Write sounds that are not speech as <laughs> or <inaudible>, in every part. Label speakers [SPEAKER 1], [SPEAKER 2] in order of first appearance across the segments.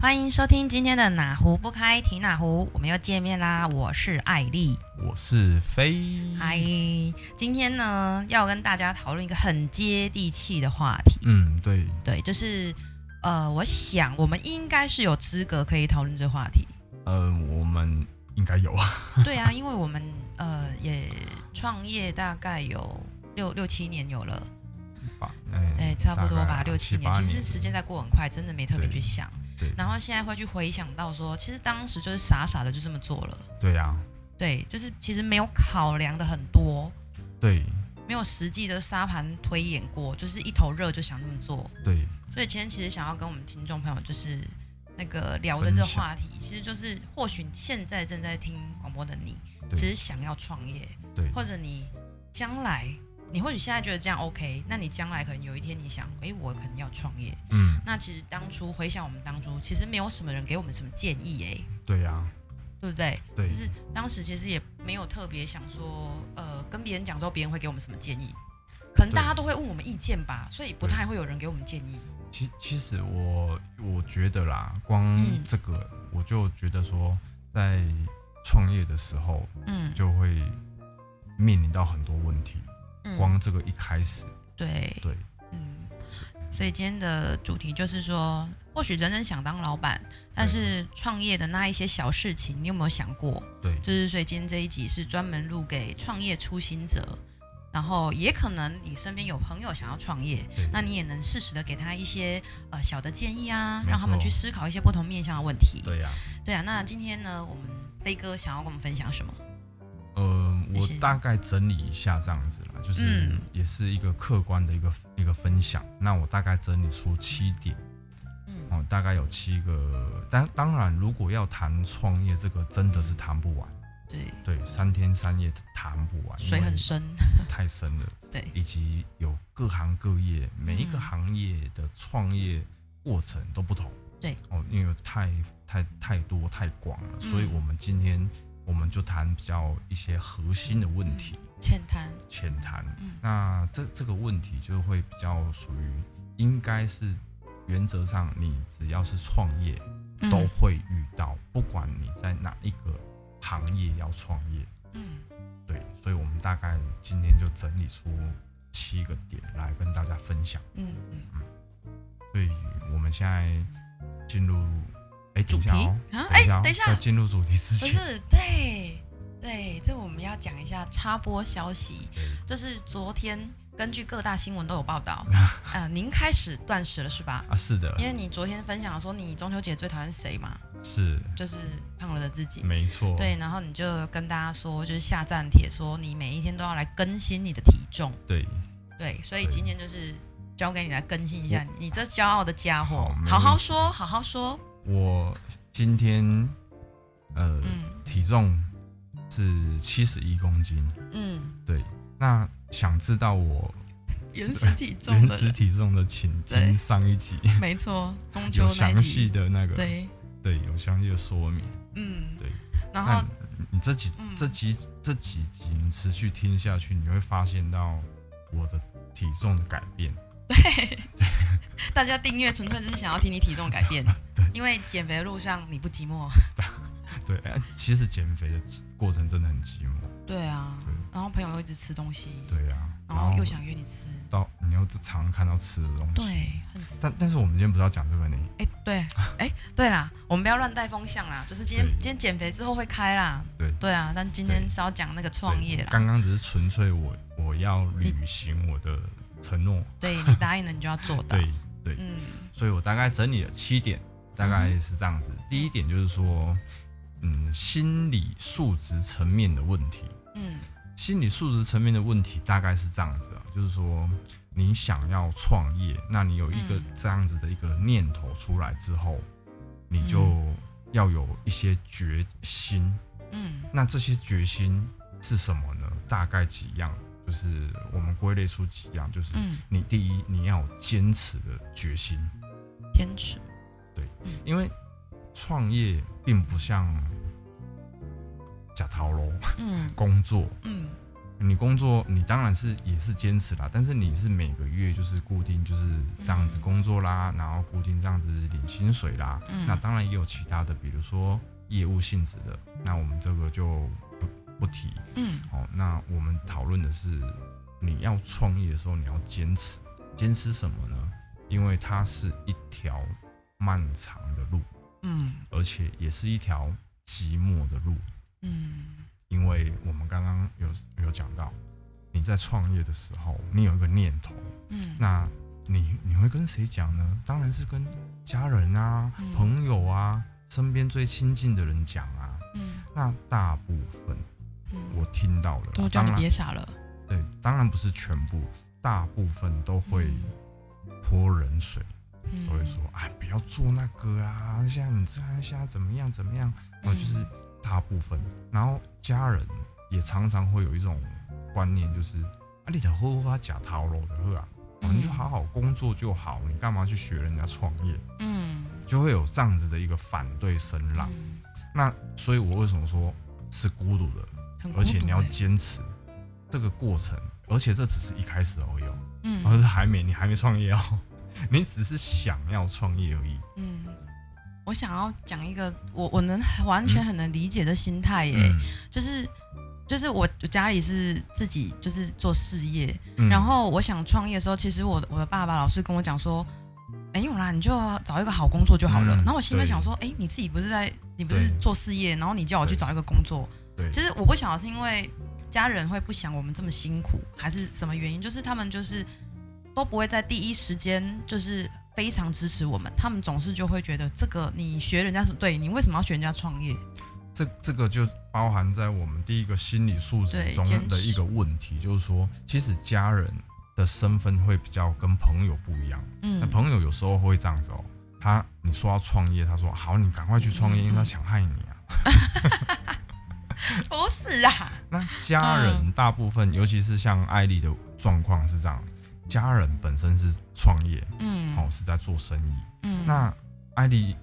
[SPEAKER 1] 欢迎收听今天的哪壶不开提哪壶，我们又见面啦！我是艾丽，
[SPEAKER 2] 我是飞。
[SPEAKER 1] 嗨，今天呢要跟大家讨论一个很接地气的话题，
[SPEAKER 2] 嗯，对，
[SPEAKER 1] 对，就是呃，我想我们应该是有资格可以讨论这话
[SPEAKER 2] <laughs>
[SPEAKER 1] 题，
[SPEAKER 2] 呃，我们应该有啊。
[SPEAKER 1] 对啊，因为我们呃也创业大概有六六七年有了，
[SPEAKER 2] 吧
[SPEAKER 1] 哎、差不多
[SPEAKER 2] 大
[SPEAKER 1] 吧
[SPEAKER 2] 概，啊
[SPEAKER 1] 六七年。
[SPEAKER 2] 八
[SPEAKER 1] 其实时间在过很快，真的没特别
[SPEAKER 2] 对
[SPEAKER 1] 去想。
[SPEAKER 2] 对
[SPEAKER 1] 然后现在会去回想到说，其实当时就是傻傻的就这么做了，
[SPEAKER 2] 对啊，
[SPEAKER 1] 对，就是其实没有考量的很多，
[SPEAKER 2] 对
[SPEAKER 1] 没有实际的沙盘推演过，就是一头热就想这么做。
[SPEAKER 2] 对
[SPEAKER 1] 所以今天其实想要跟我们听众朋友就是那个聊的这个话题，其实就是或许现在正在听广播的你，
[SPEAKER 2] 对
[SPEAKER 1] 其实想要创业，
[SPEAKER 2] 对
[SPEAKER 1] 或者你将来，你或许现在觉得这样 OK，那你将来可能有一天你想，诶，我可能要创业。
[SPEAKER 2] 嗯，
[SPEAKER 1] 那其实当初回想我们当初，其实没有什么人给我们什么建议、诶，
[SPEAKER 2] 对啊，
[SPEAKER 1] 对不对？
[SPEAKER 2] 对
[SPEAKER 1] 就是当时其实也没有特别想说，呃，跟别人讲之后，别人会给我们什么建议。可能大家都会问我们意见吧，所以不太会有人给我们建议。
[SPEAKER 2] 其其实我我觉得啦，光
[SPEAKER 1] 嗯
[SPEAKER 2] 这个、我就觉得说，在创业的时候
[SPEAKER 1] 嗯，
[SPEAKER 2] 就会面临到很多问题。
[SPEAKER 1] 嗯
[SPEAKER 2] 光这个一开始，
[SPEAKER 1] 对，
[SPEAKER 2] 对，
[SPEAKER 1] 嗯
[SPEAKER 2] 是，
[SPEAKER 1] 所以今天的主题就是说，或许人人想当老板，但是创业的那一些小事情，你有没有想过？
[SPEAKER 2] 对
[SPEAKER 1] 就是所以今天这一集是专门录给创业初心者，然后也可能你身边有朋友想要创业，
[SPEAKER 2] 对，
[SPEAKER 1] 那你也能适时的给他一些呃小的建议啊，
[SPEAKER 2] 没错
[SPEAKER 1] 让他们去思考一些不同面向的问题。
[SPEAKER 2] 对呀、
[SPEAKER 1] 对啊，那今天呢，我们飞哥想要跟我们分享什么？
[SPEAKER 2] 呃，
[SPEAKER 1] 那
[SPEAKER 2] 我
[SPEAKER 1] 些
[SPEAKER 2] 大概整理一下这样子啦，就是
[SPEAKER 1] 嗯
[SPEAKER 2] 也是一个客观的一个一个分享。那我大概整理出七点
[SPEAKER 1] 嗯
[SPEAKER 2] 哦，大概有七个。当当然，如果要谈创业，这个真的是谈不完，
[SPEAKER 1] 对，
[SPEAKER 2] 对，三天三夜谈不完，
[SPEAKER 1] 水
[SPEAKER 2] 因为
[SPEAKER 1] 很深，
[SPEAKER 2] 太深了。
[SPEAKER 1] 对
[SPEAKER 2] 以及有各行各业，每一个
[SPEAKER 1] 嗯
[SPEAKER 2] 行业的创业过程都不同。
[SPEAKER 1] 对
[SPEAKER 2] 哦，因为太太太多太广了，所以
[SPEAKER 1] 嗯
[SPEAKER 2] 我们今天我们就谈比较一些核心的问题。
[SPEAKER 1] 浅谈，
[SPEAKER 2] 浅谈。
[SPEAKER 1] 嗯
[SPEAKER 2] 那这这个问题就会比较属于，应该是原则上你只要是创业
[SPEAKER 1] 嗯
[SPEAKER 2] 都会遇到，不管你在哪一个行业要创业，
[SPEAKER 1] 嗯。
[SPEAKER 2] 对，所以我们大概今天就整理出七个点来跟大家分享。
[SPEAKER 1] 嗯嗯
[SPEAKER 2] 所以我们现在进入，哎，
[SPEAKER 1] 主
[SPEAKER 2] 等
[SPEAKER 1] 题
[SPEAKER 2] 一下哦，
[SPEAKER 1] 啊，哎、
[SPEAKER 2] 哦
[SPEAKER 1] 等一
[SPEAKER 2] 在
[SPEAKER 1] 下，
[SPEAKER 2] 进入主题之
[SPEAKER 1] 不
[SPEAKER 2] 前，
[SPEAKER 1] 是，对对，这我们要讲一下插播消息，
[SPEAKER 2] 对
[SPEAKER 1] 就是昨天根据各大新闻都有报
[SPEAKER 2] <laughs>
[SPEAKER 1] 道，呃，您开始断食了是吧？
[SPEAKER 2] 啊，是的
[SPEAKER 1] 因，为你昨天分享说你中秋节最讨厌谁嘛，
[SPEAKER 2] 是
[SPEAKER 1] 就是胖了的自己。
[SPEAKER 2] 没错，
[SPEAKER 1] 对，然后你就跟大家说，就是下站帖说你每一天都要来更新你的体重。
[SPEAKER 2] 对，
[SPEAKER 1] 对，所以
[SPEAKER 2] 对
[SPEAKER 1] 今天就是交给你来更新一下，你这骄傲的家伙
[SPEAKER 2] 好，没
[SPEAKER 1] 好好
[SPEAKER 2] 问题
[SPEAKER 1] 说，好好说。
[SPEAKER 2] 我今天呃。
[SPEAKER 1] 嗯
[SPEAKER 2] 体重是七十一公斤。
[SPEAKER 1] <laughs> 嗯，
[SPEAKER 2] 那想知道我
[SPEAKER 1] 原始体重
[SPEAKER 2] 原
[SPEAKER 1] 的
[SPEAKER 2] 始体重的，请
[SPEAKER 1] 对
[SPEAKER 2] 听上一集，
[SPEAKER 1] 没错，中秋
[SPEAKER 2] 有
[SPEAKER 1] 那一
[SPEAKER 2] 详细
[SPEAKER 1] 集，
[SPEAKER 2] 的那个
[SPEAKER 1] 对，
[SPEAKER 2] 对有详细的说明。
[SPEAKER 1] 嗯，
[SPEAKER 2] 对。
[SPEAKER 1] 然
[SPEAKER 2] 那
[SPEAKER 1] 后
[SPEAKER 2] 你你这几
[SPEAKER 1] 嗯
[SPEAKER 2] 这几这几集你持续听下去，你会发现到我的体重的改变。
[SPEAKER 1] 大家订阅纯粹只是想要听你体重改变，
[SPEAKER 2] <laughs> 对
[SPEAKER 1] 因为减肥的路上你不寂寞。
[SPEAKER 2] 对，哎其实减肥的过程真的很寂寞。
[SPEAKER 1] 对啊
[SPEAKER 2] 对，
[SPEAKER 1] 然后朋友又一直吃东西，
[SPEAKER 2] 对啊，
[SPEAKER 1] 然后哦又想约你吃，
[SPEAKER 2] 到你又常常看到吃的东西。
[SPEAKER 1] 对，很死。
[SPEAKER 2] 但但是我们今天不是要讲这个呢，
[SPEAKER 1] 哎，对，哎，对啦，我们不要乱带风向啦，就是今天
[SPEAKER 2] 对
[SPEAKER 1] 今天减肥之后会开啦，
[SPEAKER 2] 对
[SPEAKER 1] 对啊，但今天
[SPEAKER 2] 对
[SPEAKER 1] 是要讲那个创
[SPEAKER 2] 对
[SPEAKER 1] 业啦，
[SPEAKER 2] 刚刚只是纯粹我我要履行我的承诺，
[SPEAKER 1] 对你答应了你就要做到，
[SPEAKER 2] 对，
[SPEAKER 1] 嗯
[SPEAKER 2] 所以我大概整理了七点，大概是这样子。
[SPEAKER 1] 嗯
[SPEAKER 2] 第一点就是说，嗯，心理素质层面的问题。
[SPEAKER 1] 嗯
[SPEAKER 2] 心理素质层面的问题大概是这样子啊，就是说你想要创业，那你有一个
[SPEAKER 1] 嗯
[SPEAKER 2] 这样子的一个念头出来之后，你就
[SPEAKER 1] 嗯
[SPEAKER 2] 要有一些决心，
[SPEAKER 1] 嗯
[SPEAKER 2] 那这些决心是什么呢？大概几样，就是我们归类出几样，就是
[SPEAKER 1] 嗯，
[SPEAKER 2] 你第一，你要有坚持的决心，
[SPEAKER 1] 坚持，
[SPEAKER 2] 因为创业并不像假逃楼
[SPEAKER 1] 嗯
[SPEAKER 2] 工作，
[SPEAKER 1] 嗯
[SPEAKER 2] 你工作你当然是也是坚持啦，但是你是每个月就是固定就是这样子工作啦，然后固定这样子领薪水啦。
[SPEAKER 1] 嗯
[SPEAKER 2] 那当然也有其他的，比如说业务性质的，那我们这个就不不提。
[SPEAKER 1] 嗯
[SPEAKER 2] 好，那我们讨论的是你要创业的时候，你要坚持，坚持什么呢？因为它是一条漫长的路，
[SPEAKER 1] 嗯
[SPEAKER 2] 而且也是一条寂寞的路。
[SPEAKER 1] 嗯
[SPEAKER 2] 因为我们刚刚有有讲到，你在创业的时候，你有一个念头，
[SPEAKER 1] 嗯，
[SPEAKER 2] 那你你会跟谁讲呢？当然是跟家人啊、
[SPEAKER 1] 嗯
[SPEAKER 2] 朋友啊、身边最亲近的人讲啊。
[SPEAKER 1] 嗯
[SPEAKER 2] 那大部分
[SPEAKER 1] 嗯，
[SPEAKER 2] 我听到了，
[SPEAKER 1] 都叫
[SPEAKER 2] 当
[SPEAKER 1] 你
[SPEAKER 2] 然
[SPEAKER 1] 别傻了，
[SPEAKER 2] 对，当然不是全部，大部分都会泼冷水，
[SPEAKER 1] 嗯
[SPEAKER 2] 都会说，哎，不要做那个啊，现在你这样，现在怎么样怎么样，啊，
[SPEAKER 1] 嗯
[SPEAKER 2] 就是大部分。然后家人也常常会有一种观念，就是啊，你得喝花假套路的喝啊，
[SPEAKER 1] 嗯
[SPEAKER 2] 哦你就好好工作就好，你干嘛去学人家创业？
[SPEAKER 1] 嗯
[SPEAKER 2] 就会有这样子的一个反对声浪。
[SPEAKER 1] 嗯
[SPEAKER 2] 那所以，我为什么说是孤独的，
[SPEAKER 1] 很孤
[SPEAKER 2] 而且
[SPEAKER 1] 独
[SPEAKER 2] 你要
[SPEAKER 1] 欸
[SPEAKER 2] 坚持这个过程，而且这只是一开始而已哦。
[SPEAKER 1] 嗯
[SPEAKER 2] 而是还没，你还没创业哦， <laughs> 你只是想要创业而已。
[SPEAKER 1] 嗯，我想要讲一个我我能完
[SPEAKER 2] 嗯
[SPEAKER 1] 全很能理解的心态耶，就是就是我我家里是自己就是做事业，
[SPEAKER 2] 嗯
[SPEAKER 1] 然后我想创业的时候，其实我的我的爸爸老是跟我讲说。没有啦，你就找一个好工作就好了。
[SPEAKER 2] 嗯
[SPEAKER 1] 然后我心里面
[SPEAKER 2] 对
[SPEAKER 1] 想说，哎，你自己不是在，你不是
[SPEAKER 2] 对
[SPEAKER 1] 做事业，然后你叫我去
[SPEAKER 2] 对
[SPEAKER 1] 找一个工作。
[SPEAKER 2] 对，
[SPEAKER 1] 其实我不晓得是因为家人会不想我们这么辛苦，还是什么原因，就是他们就是都不会在第一时间就是非常支持我们，他们总是就会觉得这个你学人家什么，对你为什么要学人家创业？
[SPEAKER 2] 这这个就包含在我们第一个心理素质
[SPEAKER 1] 对
[SPEAKER 2] 中
[SPEAKER 1] 坚持
[SPEAKER 2] 的一个问题，就是说，其实家人的身份会比较跟朋友不一样。那
[SPEAKER 1] 嗯，
[SPEAKER 2] 朋友有时候会这样子哦，他你说要创业，他说好，你赶快去创业，
[SPEAKER 1] 嗯嗯
[SPEAKER 2] 因为他想害你啊。
[SPEAKER 1] <laughs> 不是啊，
[SPEAKER 2] 那家
[SPEAKER 1] 嗯
[SPEAKER 2] 人大部分，尤其是像艾丽的状况是这样，家人本身是创业，
[SPEAKER 1] 嗯
[SPEAKER 2] 哦，是在做生意，
[SPEAKER 1] 嗯，
[SPEAKER 2] 那艾丽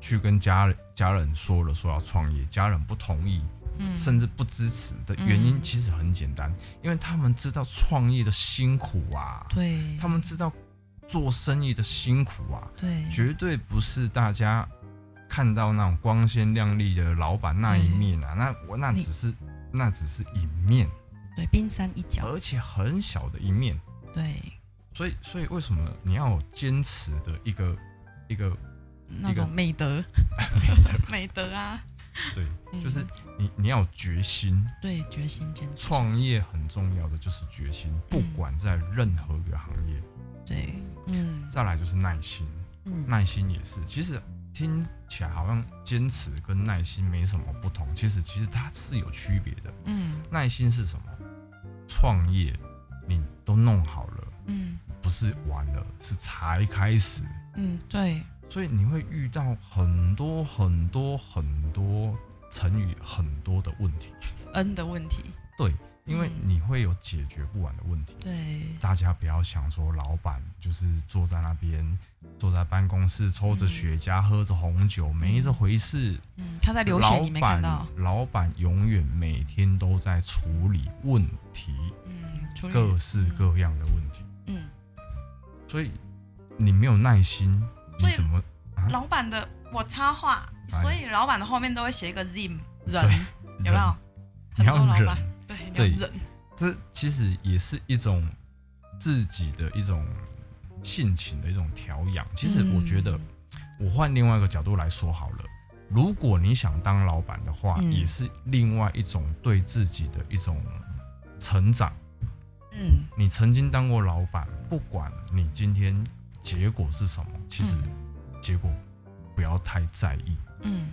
[SPEAKER 2] 去跟家人家人说了，说要创业，家人不同意，
[SPEAKER 1] 嗯
[SPEAKER 2] 甚至不支持的原因
[SPEAKER 1] 嗯
[SPEAKER 2] 其实很简单，因为他们知道创业的辛苦啊，
[SPEAKER 1] 对，
[SPEAKER 2] 他们知道做生意的辛苦啊，
[SPEAKER 1] 对，
[SPEAKER 2] 绝对不是大家看到那种光鲜亮丽的老板那一面啊，那我那
[SPEAKER 1] 你
[SPEAKER 2] 只是那只是一面，
[SPEAKER 1] 对冰山一角，
[SPEAKER 2] 而且很小的一面，
[SPEAKER 1] 对，
[SPEAKER 2] 所以所以为什么你要有坚持的一个一个
[SPEAKER 1] 那种美
[SPEAKER 2] <laughs>
[SPEAKER 1] 德，美德啊，
[SPEAKER 2] 对，
[SPEAKER 1] 嗯
[SPEAKER 2] 就是你你要有决心，
[SPEAKER 1] 对决心坚持，
[SPEAKER 2] 创业很重要的就是决心，不管在任何一个行业。
[SPEAKER 1] 对，嗯
[SPEAKER 2] 再来就是耐心，
[SPEAKER 1] 嗯，
[SPEAKER 2] 耐心也是。其实听起来好像坚持跟耐心没什么不同，其实其实它是有区别的。
[SPEAKER 1] 嗯
[SPEAKER 2] 耐心是什么？创业你都弄好了，
[SPEAKER 1] 嗯
[SPEAKER 2] 不是完了，是才开始。
[SPEAKER 1] 嗯，对，
[SPEAKER 2] 所以你会遇到很多很多很多成语很多的问题，
[SPEAKER 1] 恩的问题，
[SPEAKER 2] 对，因为
[SPEAKER 1] 嗯
[SPEAKER 2] 你会有解决不完的问题。
[SPEAKER 1] 对，
[SPEAKER 2] 大家不要想说老板就是坐在那边，坐在办公室抽着雪茄、喝着红酒，没这回事。
[SPEAKER 1] 嗯，他在流血，
[SPEAKER 2] 老
[SPEAKER 1] 你没看到
[SPEAKER 2] 板？老板永远每天都在处理问题，
[SPEAKER 1] 嗯，处理
[SPEAKER 2] 各式各样的问题，
[SPEAKER 1] 嗯，
[SPEAKER 2] 所以你没有耐心，
[SPEAKER 1] 所
[SPEAKER 2] 你
[SPEAKER 1] 以
[SPEAKER 2] 怎么
[SPEAKER 1] 老板的我插话，
[SPEAKER 2] 哎
[SPEAKER 1] 所以老板的后面都会写一个 Zim 人，
[SPEAKER 2] 对
[SPEAKER 1] 有没有？很
[SPEAKER 2] 你
[SPEAKER 1] 多
[SPEAKER 2] 要
[SPEAKER 1] 老
[SPEAKER 2] 忍
[SPEAKER 1] 板，对，
[SPEAKER 2] 对
[SPEAKER 1] 你要忍，
[SPEAKER 2] 这其实也是一种自己的一种性情的一种调养。其实我觉得
[SPEAKER 1] 嗯，
[SPEAKER 2] 我换另外一个角度来说好了，如果你想当老板的话，
[SPEAKER 1] 嗯
[SPEAKER 2] 也是另外一种对自己的一种成长。
[SPEAKER 1] 嗯
[SPEAKER 2] 你曾经当过老板，不管你今天结果是什么，其实结果不要太在意。
[SPEAKER 1] 嗯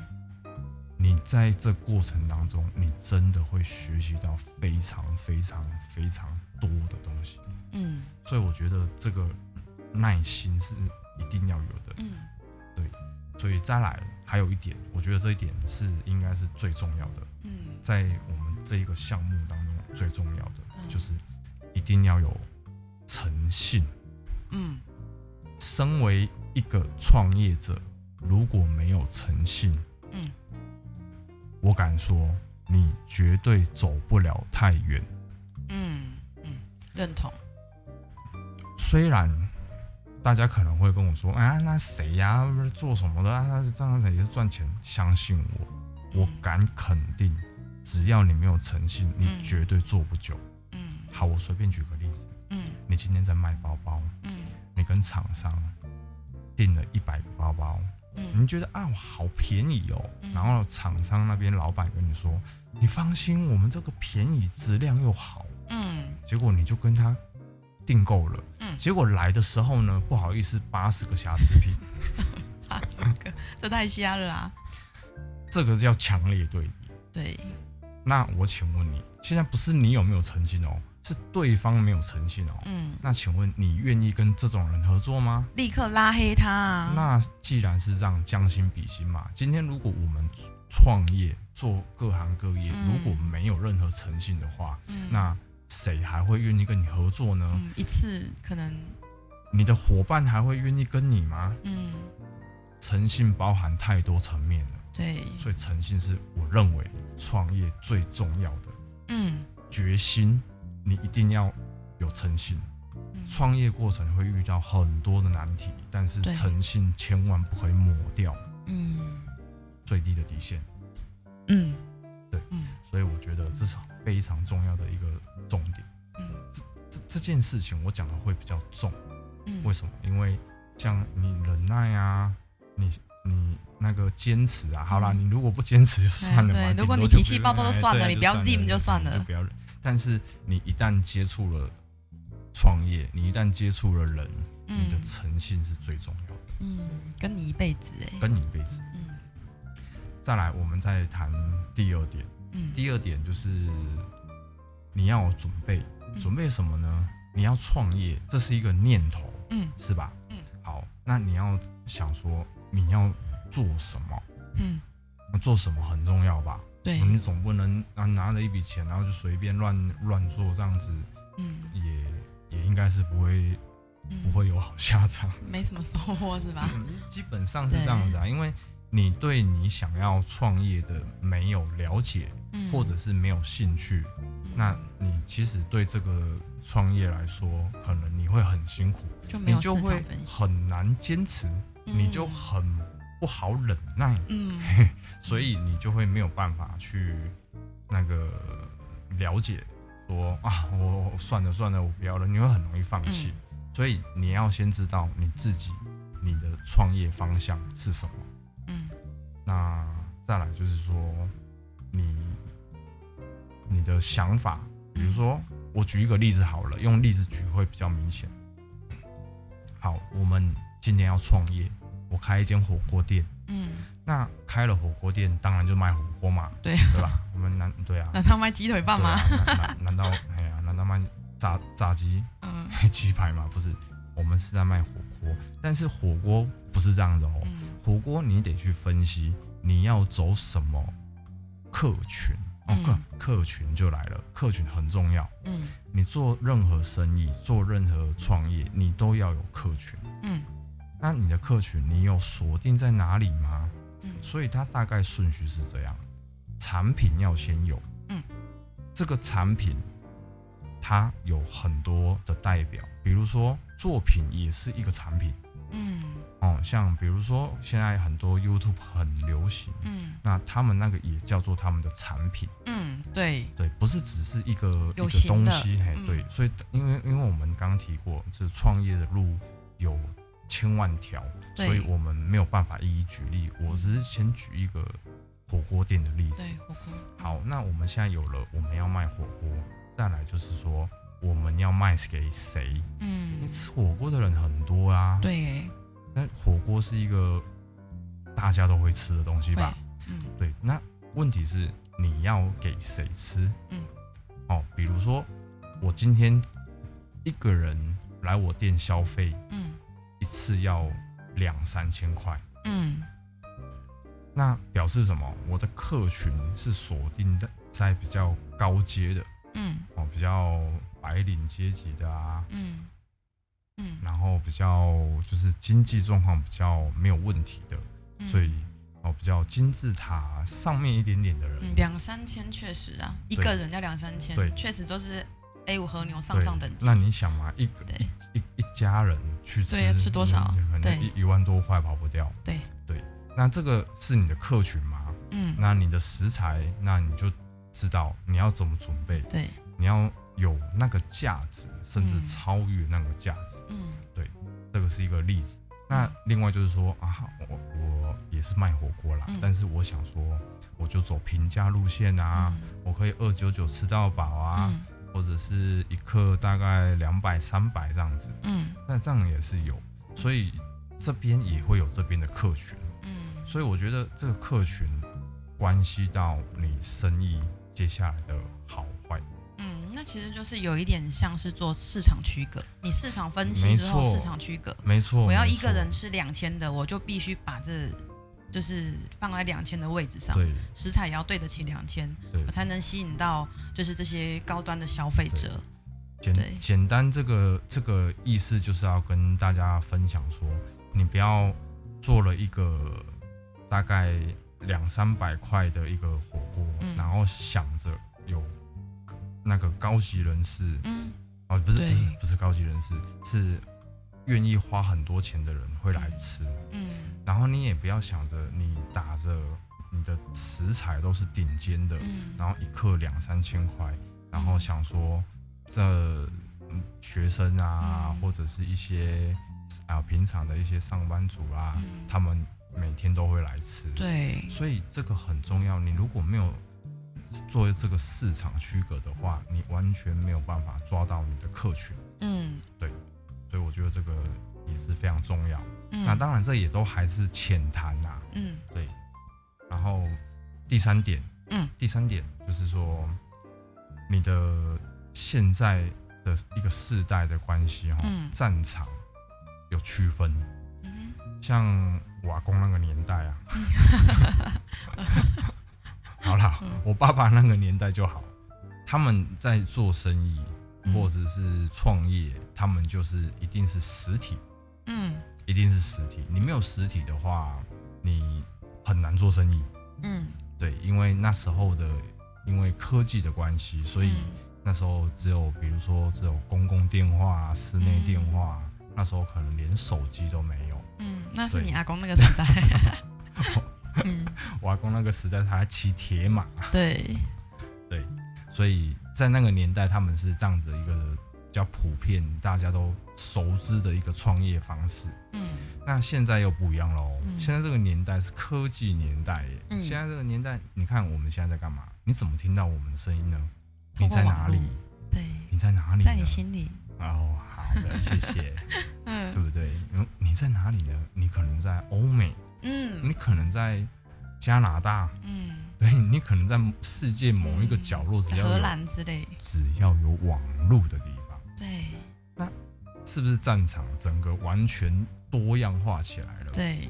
[SPEAKER 2] 你在这过程当中，你真的会学习到非常非常非常多的东西。
[SPEAKER 1] 嗯
[SPEAKER 2] 所以我觉得这个耐心是一定要有的。
[SPEAKER 1] 嗯
[SPEAKER 2] 所以再来还有一点，我觉得这一点是应该是最重要的，
[SPEAKER 1] 嗯，
[SPEAKER 2] 在我们这一个项目当中最重要的
[SPEAKER 1] 嗯
[SPEAKER 2] 就是一定要有诚信。
[SPEAKER 1] 嗯
[SPEAKER 2] 身为一个创业者，如果没有诚信，
[SPEAKER 1] 嗯，
[SPEAKER 2] 我敢说你绝对走不了太远。
[SPEAKER 1] 认同，
[SPEAKER 2] 虽然大家可能会跟我说，哎、呀，那谁呀、不是做什么的啊？他是这样子也是赚钱。相信我，我
[SPEAKER 1] 嗯
[SPEAKER 2] 敢肯定，只要你没有诚信，你
[SPEAKER 1] 嗯
[SPEAKER 2] 绝对做不久。
[SPEAKER 1] 嗯
[SPEAKER 2] 好，我随便举个例子，
[SPEAKER 1] 嗯
[SPEAKER 2] 你今天在卖包包，
[SPEAKER 1] 嗯
[SPEAKER 2] 你跟厂商订了一百个包包，
[SPEAKER 1] 嗯
[SPEAKER 2] 你觉得啊，我好便宜哦。
[SPEAKER 1] 嗯
[SPEAKER 2] 然后厂商那边老板跟你说，你放心，我们这个便宜，质量又好。
[SPEAKER 1] 嗯
[SPEAKER 2] 结果你就跟他订购了，
[SPEAKER 1] 嗯
[SPEAKER 2] 结果来的时候呢，不好意思，八十个瑕疵
[SPEAKER 1] <laughs>
[SPEAKER 2] 品，
[SPEAKER 1] 啊，这个这太瞎了啦，
[SPEAKER 2] 这个叫强烈对比。
[SPEAKER 1] 对，
[SPEAKER 2] 那我请问你，现在不是你有没有诚信哦，是对方没有诚信哦。
[SPEAKER 1] 嗯，
[SPEAKER 2] 那请问你愿意跟这种人合作吗？
[SPEAKER 1] 立刻拉黑他啊，
[SPEAKER 2] 那既然是让将心比心嘛，今天如果我们创业做各行各业，
[SPEAKER 1] 嗯
[SPEAKER 2] 如果没有任何诚信的话，
[SPEAKER 1] 嗯
[SPEAKER 2] 那谁还会愿意跟你合作呢？
[SPEAKER 1] 嗯一次可能
[SPEAKER 2] 你的伙伴还会愿意跟你吗？
[SPEAKER 1] 嗯
[SPEAKER 2] 诚信包含太多层面了，
[SPEAKER 1] 对，
[SPEAKER 2] 所以诚信是我认为创业最重要的
[SPEAKER 1] 嗯
[SPEAKER 2] 决心，你一定要有诚信。
[SPEAKER 1] 嗯
[SPEAKER 2] 创业过程会遇到很多的难题，但是
[SPEAKER 1] 对
[SPEAKER 2] 诚信千万不可以抹掉
[SPEAKER 1] 嗯
[SPEAKER 2] 最低的底线。
[SPEAKER 1] 嗯
[SPEAKER 2] 对
[SPEAKER 1] 嗯
[SPEAKER 2] 所以我觉得这是非常重要的一个重点。
[SPEAKER 1] 嗯
[SPEAKER 2] 这这件事情我讲的会比较重，
[SPEAKER 1] 嗯
[SPEAKER 2] 为什么？因为像你忍耐啊，你你那个坚持啊，好啦，
[SPEAKER 1] 嗯
[SPEAKER 2] 你如果不坚持就算了嘛。
[SPEAKER 1] 对
[SPEAKER 2] 顶
[SPEAKER 1] 如果
[SPEAKER 2] 多
[SPEAKER 1] 你
[SPEAKER 2] 就
[SPEAKER 1] 脾气
[SPEAKER 2] 不
[SPEAKER 1] 暴躁就
[SPEAKER 2] 哎
[SPEAKER 1] 算了
[SPEAKER 2] 对
[SPEAKER 1] 你不要
[SPEAKER 2] 就
[SPEAKER 1] zim 就算了
[SPEAKER 2] 就不要忍。但是你一旦接触了创业，你一旦接触了人，你的
[SPEAKER 1] 嗯
[SPEAKER 2] 诚信是最重要的，
[SPEAKER 1] 嗯跟你一辈子哎，
[SPEAKER 2] 跟你一辈子。
[SPEAKER 1] 嗯
[SPEAKER 2] 再来，我们再谈第二点。
[SPEAKER 1] 嗯
[SPEAKER 2] 第二点就是你要有准备，
[SPEAKER 1] 嗯
[SPEAKER 2] 准备什么呢？你要创业，这是一个念头，
[SPEAKER 1] 嗯
[SPEAKER 2] 是吧？
[SPEAKER 1] 嗯。
[SPEAKER 2] 好，那你要想说你要做什么？
[SPEAKER 1] 嗯
[SPEAKER 2] 那做什么很重要吧？
[SPEAKER 1] 对
[SPEAKER 2] 你总不能啊拿着一笔钱，然后就随便乱乱做，这样子
[SPEAKER 1] 嗯
[SPEAKER 2] 也也应该是不会
[SPEAKER 1] 嗯
[SPEAKER 2] 不会有好下场。
[SPEAKER 1] 没什么收获是吧？
[SPEAKER 2] 基本上是这样子啊，因为你对你想要创业的没有了解，
[SPEAKER 1] 嗯
[SPEAKER 2] 或者是没有兴趣，那你其实对这个创业来说，可能你会很辛苦，
[SPEAKER 1] 就没
[SPEAKER 2] 你
[SPEAKER 1] 有市
[SPEAKER 2] 就
[SPEAKER 1] 场
[SPEAKER 2] 会
[SPEAKER 1] 分析，
[SPEAKER 2] 很难坚持，你就
[SPEAKER 1] 嗯
[SPEAKER 2] 很不好忍耐，
[SPEAKER 1] 嗯
[SPEAKER 2] 所以你就会没有办法去那个了解说啊，我我算了算了，我不要了，你会很容易放弃。
[SPEAKER 1] 嗯
[SPEAKER 2] 所以你要先知道你自己你的创业方向是什么。
[SPEAKER 1] 嗯
[SPEAKER 2] 那再来就是说，你你的想法，比如说，我举一个例子好了，用例子举会比较明显。好，我们今天要创业，我开一间火锅店，
[SPEAKER 1] 嗯，
[SPEAKER 2] 那开了火锅店，当然就卖火锅嘛，
[SPEAKER 1] 对
[SPEAKER 2] 对吧？我们难对啊，
[SPEAKER 1] 难道卖鸡腿
[SPEAKER 2] 对
[SPEAKER 1] 饭吗？
[SPEAKER 2] 啊难难难道哎呀，难道卖炸炸鸡 <laughs>
[SPEAKER 1] 嗯
[SPEAKER 2] 鸡排吗？不是，我们是在卖火锅，但是火锅不是这样的哦。
[SPEAKER 1] 嗯
[SPEAKER 2] 火锅你得去分析你要走什么客群哦，
[SPEAKER 1] 嗯
[SPEAKER 2] 客、客群就来了，客群很重要。
[SPEAKER 1] 嗯
[SPEAKER 2] 你做任何生意，做任何创业，你都要有客群。
[SPEAKER 1] 嗯
[SPEAKER 2] 那你的客群，你有锁定在哪里吗？
[SPEAKER 1] 嗯
[SPEAKER 2] 所以它大概顺序是这样：产品要先有，
[SPEAKER 1] 嗯，
[SPEAKER 2] 这个产品它有很多的代表，比如说作品也是一个产品，
[SPEAKER 1] 嗯
[SPEAKER 2] 哦，像比如说现在很多 YouTube 很流行，
[SPEAKER 1] 嗯
[SPEAKER 2] 那他们那个也叫做他们的产品，
[SPEAKER 1] 嗯，对，
[SPEAKER 2] 对，不是只是一个一
[SPEAKER 1] 有
[SPEAKER 2] 个
[SPEAKER 1] 形
[SPEAKER 2] 东
[SPEAKER 1] 的
[SPEAKER 2] 西，嘿，
[SPEAKER 1] 嗯
[SPEAKER 2] 对，所以因为因为我们刚提过，这创业的路有千万条，
[SPEAKER 1] 对嗯
[SPEAKER 2] 所以我们没有办法一一举例，我只是先举一个火锅店的例子
[SPEAKER 1] 对。火锅，
[SPEAKER 2] 好，那我们现在有了，我们要卖火锅，再来就是说我们要卖给谁？因为
[SPEAKER 1] 嗯，
[SPEAKER 2] 吃火锅的人很多啊，对
[SPEAKER 1] 对耶，
[SPEAKER 2] 那火锅是一个大家都会吃的东西吧？
[SPEAKER 1] 会，嗯
[SPEAKER 2] 对，那问题是你要给谁吃？
[SPEAKER 1] 嗯，
[SPEAKER 2] 哦，比如说我今天一个人来我店消费
[SPEAKER 1] 嗯
[SPEAKER 2] 一次要两三千块，
[SPEAKER 1] 嗯
[SPEAKER 2] 那表示什么？我的客群是锁定在在比较高阶的
[SPEAKER 1] 嗯
[SPEAKER 2] 哦，比较白领阶级的啊，
[SPEAKER 1] 嗯嗯
[SPEAKER 2] 然后比较就是经济状况比较没有问题的。
[SPEAKER 1] 嗯，
[SPEAKER 2] 所以哦比较金字塔上面一点点的人，
[SPEAKER 1] 嗯两三千确实啊，一
[SPEAKER 2] 对
[SPEAKER 1] 个人要两三千
[SPEAKER 2] 对，
[SPEAKER 1] 确实都是 A 五和牛上
[SPEAKER 2] 对
[SPEAKER 1] 上等级
[SPEAKER 2] 那，你想嘛，一个
[SPEAKER 1] 对
[SPEAKER 2] 一一一家人去吃，
[SPEAKER 1] 对啊吃多少
[SPEAKER 2] 嗯可
[SPEAKER 1] 对
[SPEAKER 2] 能一一万多块跑不掉。
[SPEAKER 1] 对
[SPEAKER 2] 对，那这个是你的客群吗？
[SPEAKER 1] 嗯，
[SPEAKER 2] 那你的食材，那你就知道你要怎么准备，
[SPEAKER 1] 对，
[SPEAKER 2] 你要有那个价值，甚至
[SPEAKER 1] 嗯
[SPEAKER 2] 超越那个价值。
[SPEAKER 1] 嗯
[SPEAKER 2] 这个是一个例子。那另外就是说啊，我我也是卖火锅啦，
[SPEAKER 1] 嗯
[SPEAKER 2] 但是我想说，我就走平价路线啊，我可以二九九吃到饱啊，
[SPEAKER 1] 嗯
[SPEAKER 2] 或者是一克大概两百三百这样子，
[SPEAKER 1] 嗯
[SPEAKER 2] 那这样也是有，所以这边也会有这边的客群，
[SPEAKER 1] 嗯，
[SPEAKER 2] 所以我觉得这个客群关系到你生意接下来的好坏。
[SPEAKER 1] 嗯，那其实就是有一点像是做市场区隔，你市场分析
[SPEAKER 2] 没
[SPEAKER 1] 之后
[SPEAKER 2] 错
[SPEAKER 1] 市场区隔，
[SPEAKER 2] 没错，
[SPEAKER 1] 我要
[SPEAKER 2] 没
[SPEAKER 1] 一个
[SPEAKER 2] 错
[SPEAKER 1] 人吃两千的，我就必须把这就是放在两千的位置上，
[SPEAKER 2] 对
[SPEAKER 1] 食材也要对得起两千，
[SPEAKER 2] 对
[SPEAKER 1] 我才能吸引到就是这些高端的消费者。对
[SPEAKER 2] 简简单这个这个意思就是要跟大家分享说，你不要做了一个大概两三百块的一个火锅，
[SPEAKER 1] 嗯
[SPEAKER 2] 然后想着有那个高级人士
[SPEAKER 1] 嗯
[SPEAKER 2] 哦，不是不
[SPEAKER 1] 对
[SPEAKER 2] 是不是高级人士，是愿意花很多钱的人会来吃，
[SPEAKER 1] 嗯
[SPEAKER 2] 然后你也不要想着你打着你的食材都是顶尖的，
[SPEAKER 1] 嗯，
[SPEAKER 2] 然后一克两三千块，然后想说这嗯学生啊，
[SPEAKER 1] 嗯
[SPEAKER 2] 或者是一些啊平常的一些上班族啊，
[SPEAKER 1] 嗯
[SPEAKER 2] 他们每天都会来吃，，
[SPEAKER 1] 对，
[SPEAKER 2] 所以这个很重要。你如果没有做这个市场区隔的话，你完全没有办法抓到你的客群，
[SPEAKER 1] 嗯
[SPEAKER 2] 所以我觉得这个也是非常重要。
[SPEAKER 1] 嗯，
[SPEAKER 2] 那当然，这也都还是浅谈啊呐、
[SPEAKER 1] 嗯
[SPEAKER 2] 对，然后第三点，
[SPEAKER 1] 嗯，
[SPEAKER 2] 第三点就是说，你的现在的一个世代的关系哈、
[SPEAKER 1] 嗯
[SPEAKER 2] 战场有区分，
[SPEAKER 1] 嗯
[SPEAKER 2] 像我阿公那个年
[SPEAKER 1] <laughs>
[SPEAKER 2] 代啊，好啦，
[SPEAKER 1] 嗯
[SPEAKER 2] 我爸爸那个年代就好，他们在做生意
[SPEAKER 1] 嗯
[SPEAKER 2] 或者是创业，他们就是一定是实体，
[SPEAKER 1] 嗯
[SPEAKER 2] 一定是实体，你没有实体的话，你很难做生意。
[SPEAKER 1] 嗯，
[SPEAKER 2] 对，因为那时候的因为科技的关系，所以
[SPEAKER 1] 嗯
[SPEAKER 2] 那时候只有比如说只有公共电话啊、室内电话啊，那时候可能连手机都没有。
[SPEAKER 1] 嗯，那是
[SPEAKER 2] 对
[SPEAKER 1] 你阿公那个时代。
[SPEAKER 2] <laughs>
[SPEAKER 1] 嗯，
[SPEAKER 2] 我阿公那个时代他还骑铁马，
[SPEAKER 1] 对，
[SPEAKER 2] 所以在那个年代他们是这样子一个比较普遍大家都熟知的一个创业方式。
[SPEAKER 1] 嗯
[SPEAKER 2] 那现在又不一样喽，
[SPEAKER 1] 嗯
[SPEAKER 2] 现在这个年代是科技年代耶。
[SPEAKER 1] 嗯
[SPEAKER 2] 现在这个年代，你看我们现在在干嘛？你怎么听到我们的声音呢？
[SPEAKER 1] 透
[SPEAKER 2] 你
[SPEAKER 1] 过
[SPEAKER 2] 在哪
[SPEAKER 1] 网络
[SPEAKER 2] 里？
[SPEAKER 1] 对，
[SPEAKER 2] 你在哪里呢？
[SPEAKER 1] 在你心里，
[SPEAKER 2] 哦，好的，
[SPEAKER 1] <laughs>
[SPEAKER 2] 谢谢，对
[SPEAKER 1] 嗯
[SPEAKER 2] 不对？嗯，你在哪里呢？你可能在欧美，你
[SPEAKER 1] 嗯
[SPEAKER 2] 可能在加拿大， <laughs>
[SPEAKER 1] 嗯，
[SPEAKER 2] 对你可能在世界某一个角落，只要
[SPEAKER 1] 荷
[SPEAKER 2] 有
[SPEAKER 1] 兰之类，
[SPEAKER 2] 只要有网络的地方，
[SPEAKER 1] 对
[SPEAKER 2] 是不是战场整个完全多样化起来了？
[SPEAKER 1] 对，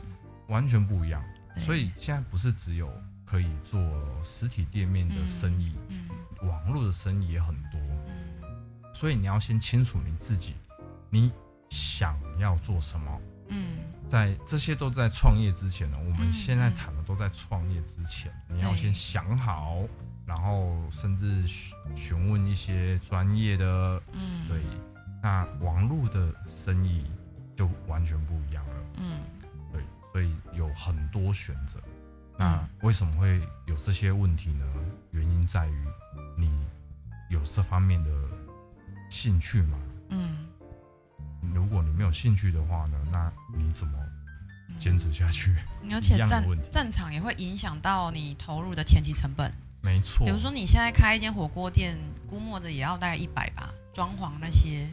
[SPEAKER 2] 完全不一样。
[SPEAKER 1] 对
[SPEAKER 2] 所以现在不是只有可以做实体店面的生意，
[SPEAKER 1] 嗯
[SPEAKER 2] 网络的生意也很多。
[SPEAKER 1] 嗯
[SPEAKER 2] 所以你要先清楚你自己，你想要做什么。
[SPEAKER 1] 嗯
[SPEAKER 2] 在这些都在创业之前呢，我
[SPEAKER 1] 嗯
[SPEAKER 2] 们现在谈的都在创业之前，你要
[SPEAKER 1] 对
[SPEAKER 2] 先想好，然后甚至询询问一些专业的，
[SPEAKER 1] 嗯，
[SPEAKER 2] 对，那网络的生意就完全不一样了，
[SPEAKER 1] 嗯
[SPEAKER 2] 对，所以有很多选择。那为什么会有这些问题呢？原因在于你有这方面的兴趣吗？
[SPEAKER 1] 嗯，
[SPEAKER 2] 如果你没有兴趣的话呢，那你怎么坚持下去？
[SPEAKER 1] 而且
[SPEAKER 2] 一样的
[SPEAKER 1] 战
[SPEAKER 2] 问题
[SPEAKER 1] 战场也会影响到你投入的前期成本，
[SPEAKER 2] 没错，
[SPEAKER 1] 比如说你现在开一间火锅店，估摸着也要大概一百吧，装潢那些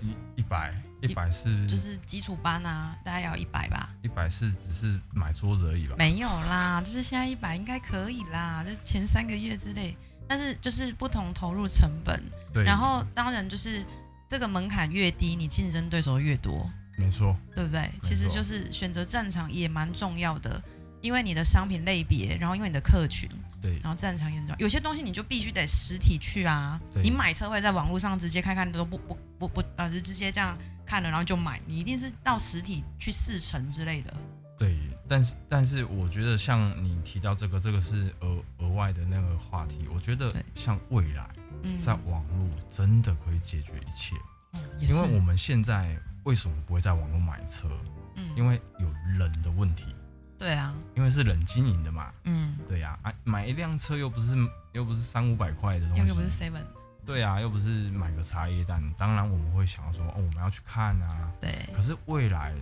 [SPEAKER 2] 一一百一百是
[SPEAKER 1] 就是基础班啊，大概要一百吧。
[SPEAKER 2] 一百是只是买桌子而已吧？
[SPEAKER 1] 没有啦，就是现在一百应该可以啦，就前三个月之类。但是就是不同投入成本，
[SPEAKER 2] 对，
[SPEAKER 1] 然后当然就是这个门槛越低，你竞争对手越多，
[SPEAKER 2] 没错，
[SPEAKER 1] 对不对？其实就是选择战场也蛮重要的，因为你的商品类别，然后因为你的客群，
[SPEAKER 2] 对
[SPEAKER 1] 然后战场也很重要。有些东西你就必须得实体去啊，
[SPEAKER 2] 对
[SPEAKER 1] 你买车会在网络上直接看看都不不不不呃，就直接这样看了然后就买，你一定是到实体去试乘之类的。
[SPEAKER 2] 对，但是但是我觉得像你提到这个，这个是额额外的那个话题，我觉得
[SPEAKER 1] 对
[SPEAKER 2] 像未来
[SPEAKER 1] 嗯
[SPEAKER 2] 在网络真的可以解决一切，
[SPEAKER 1] 嗯也
[SPEAKER 2] 啊因
[SPEAKER 1] 是，
[SPEAKER 2] 为我们现在为什么不会在网络买车？
[SPEAKER 1] 嗯，
[SPEAKER 2] 因为有人的问题，
[SPEAKER 1] 对啊，
[SPEAKER 2] 因为是人经营的嘛，
[SPEAKER 1] 嗯，
[SPEAKER 2] 对呀、啊，买一辆车又不是又不是三五百块的东
[SPEAKER 1] 又
[SPEAKER 2] 西，
[SPEAKER 1] 又不是 seven，
[SPEAKER 2] 对啊，又不是买个茶叶蛋，当然我们会想要说，哦，我们要去看啊。
[SPEAKER 1] 对，
[SPEAKER 2] 可是未来，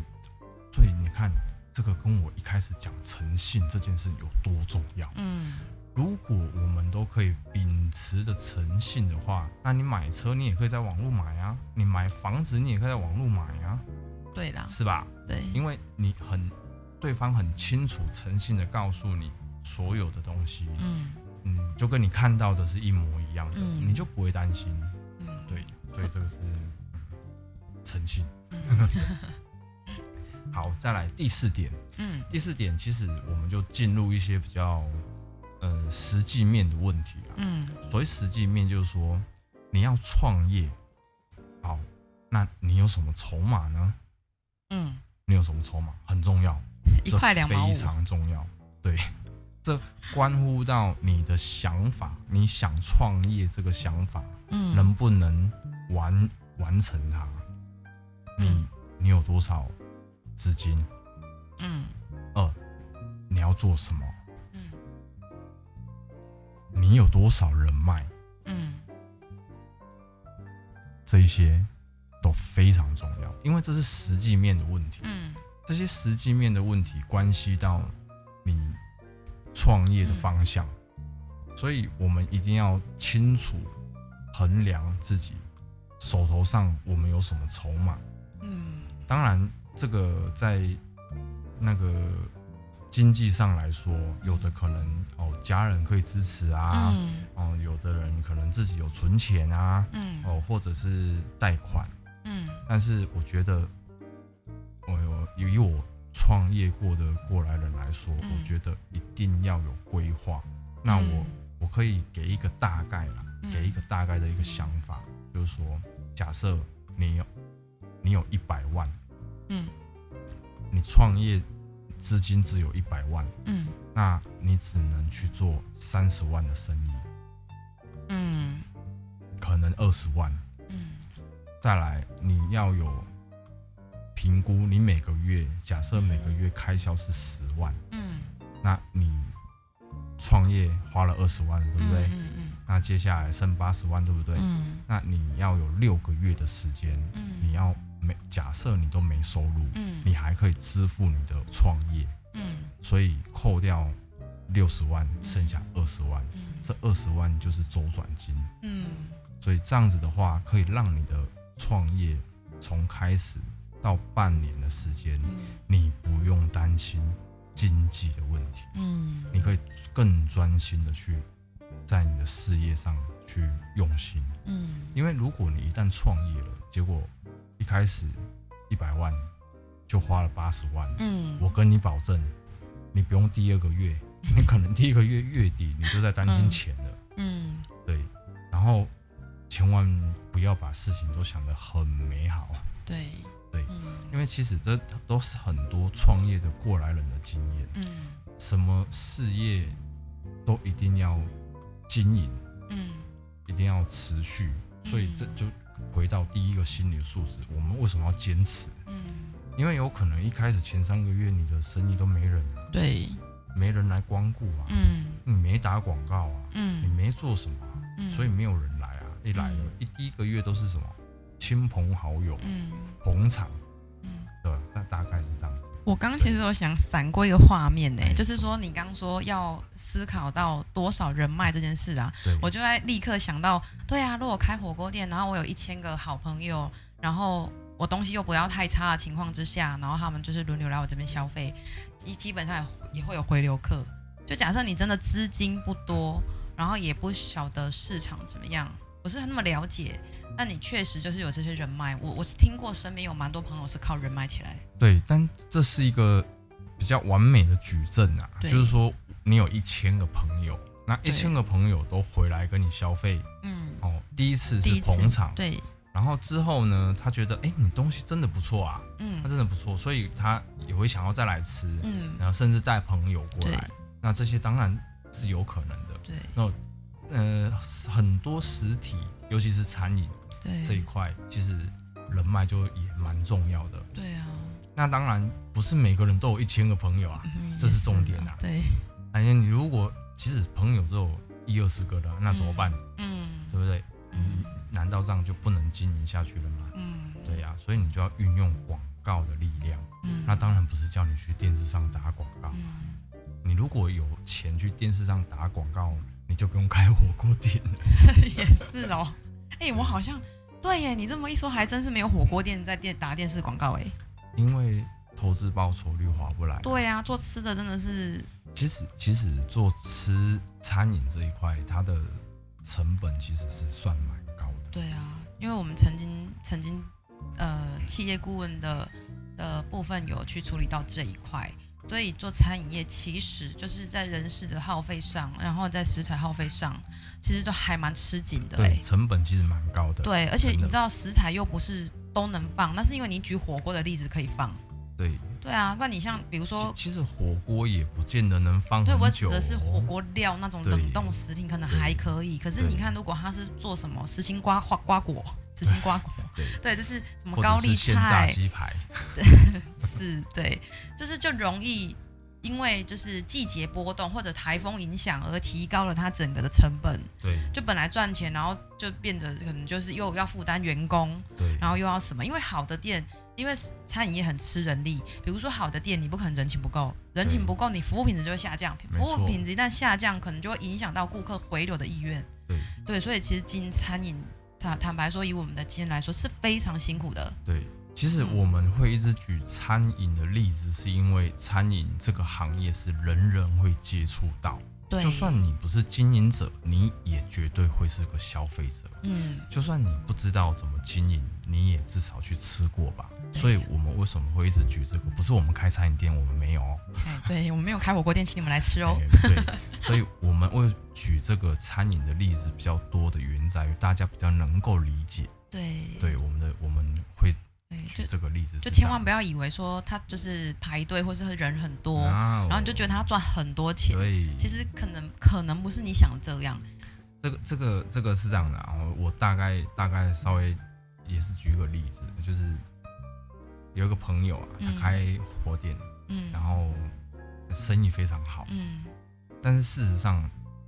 [SPEAKER 2] 所以你看，这个跟我一开始讲诚信这件事有多重要。
[SPEAKER 1] 嗯，
[SPEAKER 2] 如果我们都可以秉持着诚信的话，那你买车你也可以在网络买啊，你买房子你也可以在网络买啊，
[SPEAKER 1] 对啦，
[SPEAKER 2] 是吧？
[SPEAKER 1] 对，
[SPEAKER 2] 因为你很，对方很清楚、诚信的告诉你所有的东西，
[SPEAKER 1] 嗯
[SPEAKER 2] 嗯，就跟你看到的是一模一样的，
[SPEAKER 1] 嗯
[SPEAKER 2] 你就不会担心。
[SPEAKER 1] 嗯，
[SPEAKER 2] 对，所以这个是嗯诚信。
[SPEAKER 1] 嗯
[SPEAKER 2] 好，再来第四点，
[SPEAKER 1] 嗯
[SPEAKER 2] 第四点其实我们就进入一些比较呃实际面的问题啊。
[SPEAKER 1] 嗯
[SPEAKER 2] 所谓实际面，就是说你要创业，好，那你有什么筹码呢？
[SPEAKER 1] 嗯，
[SPEAKER 2] 你有什么筹码很重要，
[SPEAKER 1] 一块
[SPEAKER 2] 这
[SPEAKER 1] 两毛五
[SPEAKER 2] 非，常重要。对，这关乎到你的想法，你想创业这个想法
[SPEAKER 1] 嗯，
[SPEAKER 2] 能不能完完成它？你
[SPEAKER 1] 嗯
[SPEAKER 2] 你有多少资金？
[SPEAKER 1] 嗯
[SPEAKER 2] 你要做什么？
[SPEAKER 1] 嗯
[SPEAKER 2] 你有多少人脉？
[SPEAKER 1] 嗯
[SPEAKER 2] 这一些都非常重要，因为这是实际面的问题。
[SPEAKER 1] 嗯
[SPEAKER 2] 这些实际面的问题关系到你创业的方向，
[SPEAKER 1] 嗯
[SPEAKER 2] 所以我们一定要清楚衡量自己手头上我们有什么筹码。
[SPEAKER 1] 嗯
[SPEAKER 2] 当然，这个在那个经济上来说，有的可能哦家人可以支持啊，
[SPEAKER 1] 嗯
[SPEAKER 2] 哦有的人可能自己有存钱啊，
[SPEAKER 1] 嗯
[SPEAKER 2] 哦或者是贷款。
[SPEAKER 1] 嗯
[SPEAKER 2] 但是我觉得，我有以我创业过的过来人来说，
[SPEAKER 1] 嗯
[SPEAKER 2] 我觉得一定要有规划。那我、我可以给一个大概啦，
[SPEAKER 1] 嗯
[SPEAKER 2] 给一个大概的一个想法，就是说，假设你有你有一百万，
[SPEAKER 1] 嗯
[SPEAKER 2] 你创业资金只有一百万，
[SPEAKER 1] 嗯
[SPEAKER 2] 那你只能去做三十万的生意，
[SPEAKER 1] 嗯
[SPEAKER 2] 可能二十万。
[SPEAKER 1] 嗯
[SPEAKER 2] 再来，你要有评估，你每个月假设每个月开销是十万，
[SPEAKER 1] 嗯，
[SPEAKER 2] 那你创业花了二十万，对不对？
[SPEAKER 1] 嗯嗯
[SPEAKER 2] 那接下来剩八十万，对不对？
[SPEAKER 1] 嗯
[SPEAKER 2] 那你要有六个月的时间，
[SPEAKER 1] 嗯，
[SPEAKER 2] 你要没假设你都没收入，
[SPEAKER 1] 嗯
[SPEAKER 2] 你还可以支付你的创业，
[SPEAKER 1] 嗯
[SPEAKER 2] 所以扣掉六十万，剩下二十万，
[SPEAKER 1] 嗯
[SPEAKER 2] 这二十万就是周转金。
[SPEAKER 1] 嗯
[SPEAKER 2] 所以这样子的话，可以让你的创业从开始到半年的时间，
[SPEAKER 1] 嗯
[SPEAKER 2] 你不用担心经济的问题，
[SPEAKER 1] 嗯，
[SPEAKER 2] 你可以更专心的去在你的事业上去用心。
[SPEAKER 1] 嗯
[SPEAKER 2] 因为如果你一旦创业了，结果一开始一百万就花了八十万，
[SPEAKER 1] 嗯
[SPEAKER 2] 我跟你保证，你不用第二个月，你可能第一个月月底你就在担心
[SPEAKER 1] 嗯
[SPEAKER 2] 钱了。
[SPEAKER 1] 嗯
[SPEAKER 2] 对，然后千万不要把事情都想得很美好，
[SPEAKER 1] 对嗯
[SPEAKER 2] 因为其实这都是很多创业的过来人的经验，
[SPEAKER 1] 嗯
[SPEAKER 2] 什么事业都一定要经营，
[SPEAKER 1] 嗯
[SPEAKER 2] 一定要持续，所以这
[SPEAKER 1] 嗯
[SPEAKER 2] 就回到第一个心理素质，我们为什么要坚持？
[SPEAKER 1] 嗯
[SPEAKER 2] 因为有可能一开始前三个月你的生意都没人，
[SPEAKER 1] 对
[SPEAKER 2] 没人来光顾啊，
[SPEAKER 1] 嗯
[SPEAKER 2] 你没打广告啊，你
[SPEAKER 1] 嗯
[SPEAKER 2] 没做什么、啊，
[SPEAKER 1] 嗯，
[SPEAKER 2] 所以没有人来啊，一来了
[SPEAKER 1] 嗯，
[SPEAKER 2] 一第一个月都是什么亲朋好友
[SPEAKER 1] 嗯
[SPEAKER 2] 捧场，
[SPEAKER 1] 嗯。
[SPEAKER 2] 对吧，大大概是这样子。
[SPEAKER 1] 我刚刚其实有想闪过一个画面呢、
[SPEAKER 2] 哎
[SPEAKER 1] 就是说你刚说要思考到多少人脉这件事啊，
[SPEAKER 2] 对，
[SPEAKER 1] 我就在立刻想到，对啊，如果开火锅店，然后我有一千个好朋友，然后我东西又不要太差的情况之下，然后他们就是轮流来我这边消费，基基本上也也会有回流客。就假设你真的资金不多，然后也不晓得市场怎么样，不是那么了解，那你确实就是有这些人脉。我我是听过身边有蛮多朋友是靠人脉起来的。
[SPEAKER 2] 对，但这是一个比较完美的矩阵啊，就
[SPEAKER 1] 对
[SPEAKER 2] 是说你有一千个朋友，那一
[SPEAKER 1] 对
[SPEAKER 2] 千个朋友都回来跟你消费
[SPEAKER 1] 嗯，
[SPEAKER 2] 哦，第一次
[SPEAKER 1] 第
[SPEAKER 2] 是
[SPEAKER 1] 一次
[SPEAKER 2] 捧场，
[SPEAKER 1] 对，
[SPEAKER 2] 然后之后呢，他觉得哎、诶你东西真的不错啊，
[SPEAKER 1] 嗯
[SPEAKER 2] 他真的不错，所以他也会想要再来吃，
[SPEAKER 1] 嗯，
[SPEAKER 2] 然后甚至带朋友过
[SPEAKER 1] 对
[SPEAKER 2] 来，那这些当然是有可能的。
[SPEAKER 1] 对，
[SPEAKER 2] 呃很多实体，尤其是餐饮
[SPEAKER 1] 对，
[SPEAKER 2] 这一块，其实人脉就也蛮重要的。
[SPEAKER 1] 对啊，
[SPEAKER 2] 那当然不是每个人都有一千个朋友啊，
[SPEAKER 1] 嗯
[SPEAKER 2] 这是重点啊
[SPEAKER 1] 对，
[SPEAKER 2] 反正你如果其实朋友只有一二十个的，那怎么办？
[SPEAKER 1] 嗯
[SPEAKER 2] 对不对？
[SPEAKER 1] 嗯
[SPEAKER 2] 嗯，难道这样就不能经营下去了吗？
[SPEAKER 1] 嗯，
[SPEAKER 2] 对啊呀、所以你就要运用广告的力量。
[SPEAKER 1] 嗯，
[SPEAKER 2] 那当然不是叫你去电视上打广告，
[SPEAKER 1] 嗯， <laughs>
[SPEAKER 2] 你如果有钱去电视上打广告，你就不用开火锅店了。
[SPEAKER 1] 也是哦。哎、我好像对耶，你这么一说，还真是没有火锅店在电打电视广告哎。
[SPEAKER 2] 因为投资报酬率划不来。，
[SPEAKER 1] 对啊，做吃的真的是，
[SPEAKER 2] 其实其实做吃餐饮这一块，它的成本其实是算蛮高的。
[SPEAKER 1] 对啊，因为我们曾经曾经呃企业顾问的的部分有去处理到这一块，所以做餐饮业其实就是在人事的耗费上，然后在食材耗费上，其实都还蛮吃紧的哎
[SPEAKER 2] 对，。成本其实蛮高的。
[SPEAKER 1] 对，而且
[SPEAKER 2] 真
[SPEAKER 1] 你
[SPEAKER 2] 的
[SPEAKER 1] 知道食材又不是都能放，那是因为你举火锅的例子可以放。
[SPEAKER 2] 对，
[SPEAKER 1] 对啊，不然你像比如说
[SPEAKER 2] 其其实火锅也不见得能放
[SPEAKER 1] 对，我
[SPEAKER 2] 很
[SPEAKER 1] 指
[SPEAKER 2] 久哦。
[SPEAKER 1] 的是火锅料那种
[SPEAKER 2] 对
[SPEAKER 1] 冷冻食品，可能还可以。可是
[SPEAKER 2] 对
[SPEAKER 1] 你看，如果它是做什么实心瓜花瓜果、实心瓜果，
[SPEAKER 2] <laughs> 对，
[SPEAKER 1] 对，就是什么
[SPEAKER 2] 或
[SPEAKER 1] 高
[SPEAKER 2] 者是
[SPEAKER 1] 丽
[SPEAKER 2] 现炸
[SPEAKER 1] 菜，
[SPEAKER 2] 鸡排，
[SPEAKER 1] 是，对，就是就容易因为就是季节波动或者台风影响而提高了它整个的成本。
[SPEAKER 2] 对
[SPEAKER 1] 就本来赚钱，然后就变得可能就是又要负担员工，
[SPEAKER 2] 对，
[SPEAKER 1] 然后又要什么？因为好的店，因为餐饮业很吃人力，比如说好的店，你不可能人情不够，人情不够，你服务品质就会下降，
[SPEAKER 2] 没
[SPEAKER 1] 服
[SPEAKER 2] 错
[SPEAKER 1] 务品质一旦下降，可能就会影响到顾客回流的意愿。
[SPEAKER 2] 对
[SPEAKER 1] 对，所以其实经营餐饮，坦坦白说，以我们的经验来说是非常辛苦的。
[SPEAKER 2] 对。其实我们会一直举餐饮的例子，是因为餐饮这个行业是人人会接触到，
[SPEAKER 1] 对，
[SPEAKER 2] 就算你不是经营者，你也绝对会是个消费者。
[SPEAKER 1] 嗯，
[SPEAKER 2] 就算你不知道怎么经营，你也至少去吃过吧。
[SPEAKER 1] 对
[SPEAKER 2] 所以我们为什么会一直举这个？不是我们开餐饮店，我们没有哦。
[SPEAKER 1] 哎，对我们没有开火锅店，请你们来
[SPEAKER 2] <laughs>
[SPEAKER 1] 吃哦。
[SPEAKER 2] 哎对，所以我们会举这个餐饮的例子比较多的原因在于大家比较能够理解。
[SPEAKER 1] 对
[SPEAKER 2] 对，我们的我们会
[SPEAKER 1] 对，就
[SPEAKER 2] 举这个例子是这
[SPEAKER 1] 就
[SPEAKER 2] 样，
[SPEAKER 1] 千万不要以为说他就是排队或是人很多，
[SPEAKER 2] 哇哦，
[SPEAKER 1] 然后你就觉得他赚很多钱，
[SPEAKER 2] 对，
[SPEAKER 1] 其实可能可能不是你想的这样。
[SPEAKER 2] 这个这个这个是这样的啊，我我大概大概稍微也是举个例子，就是有一个朋友啊，他
[SPEAKER 1] 嗯
[SPEAKER 2] 开火锅店，
[SPEAKER 1] 嗯，
[SPEAKER 2] 然后生意非常好，
[SPEAKER 1] 嗯，
[SPEAKER 2] 但是事实上，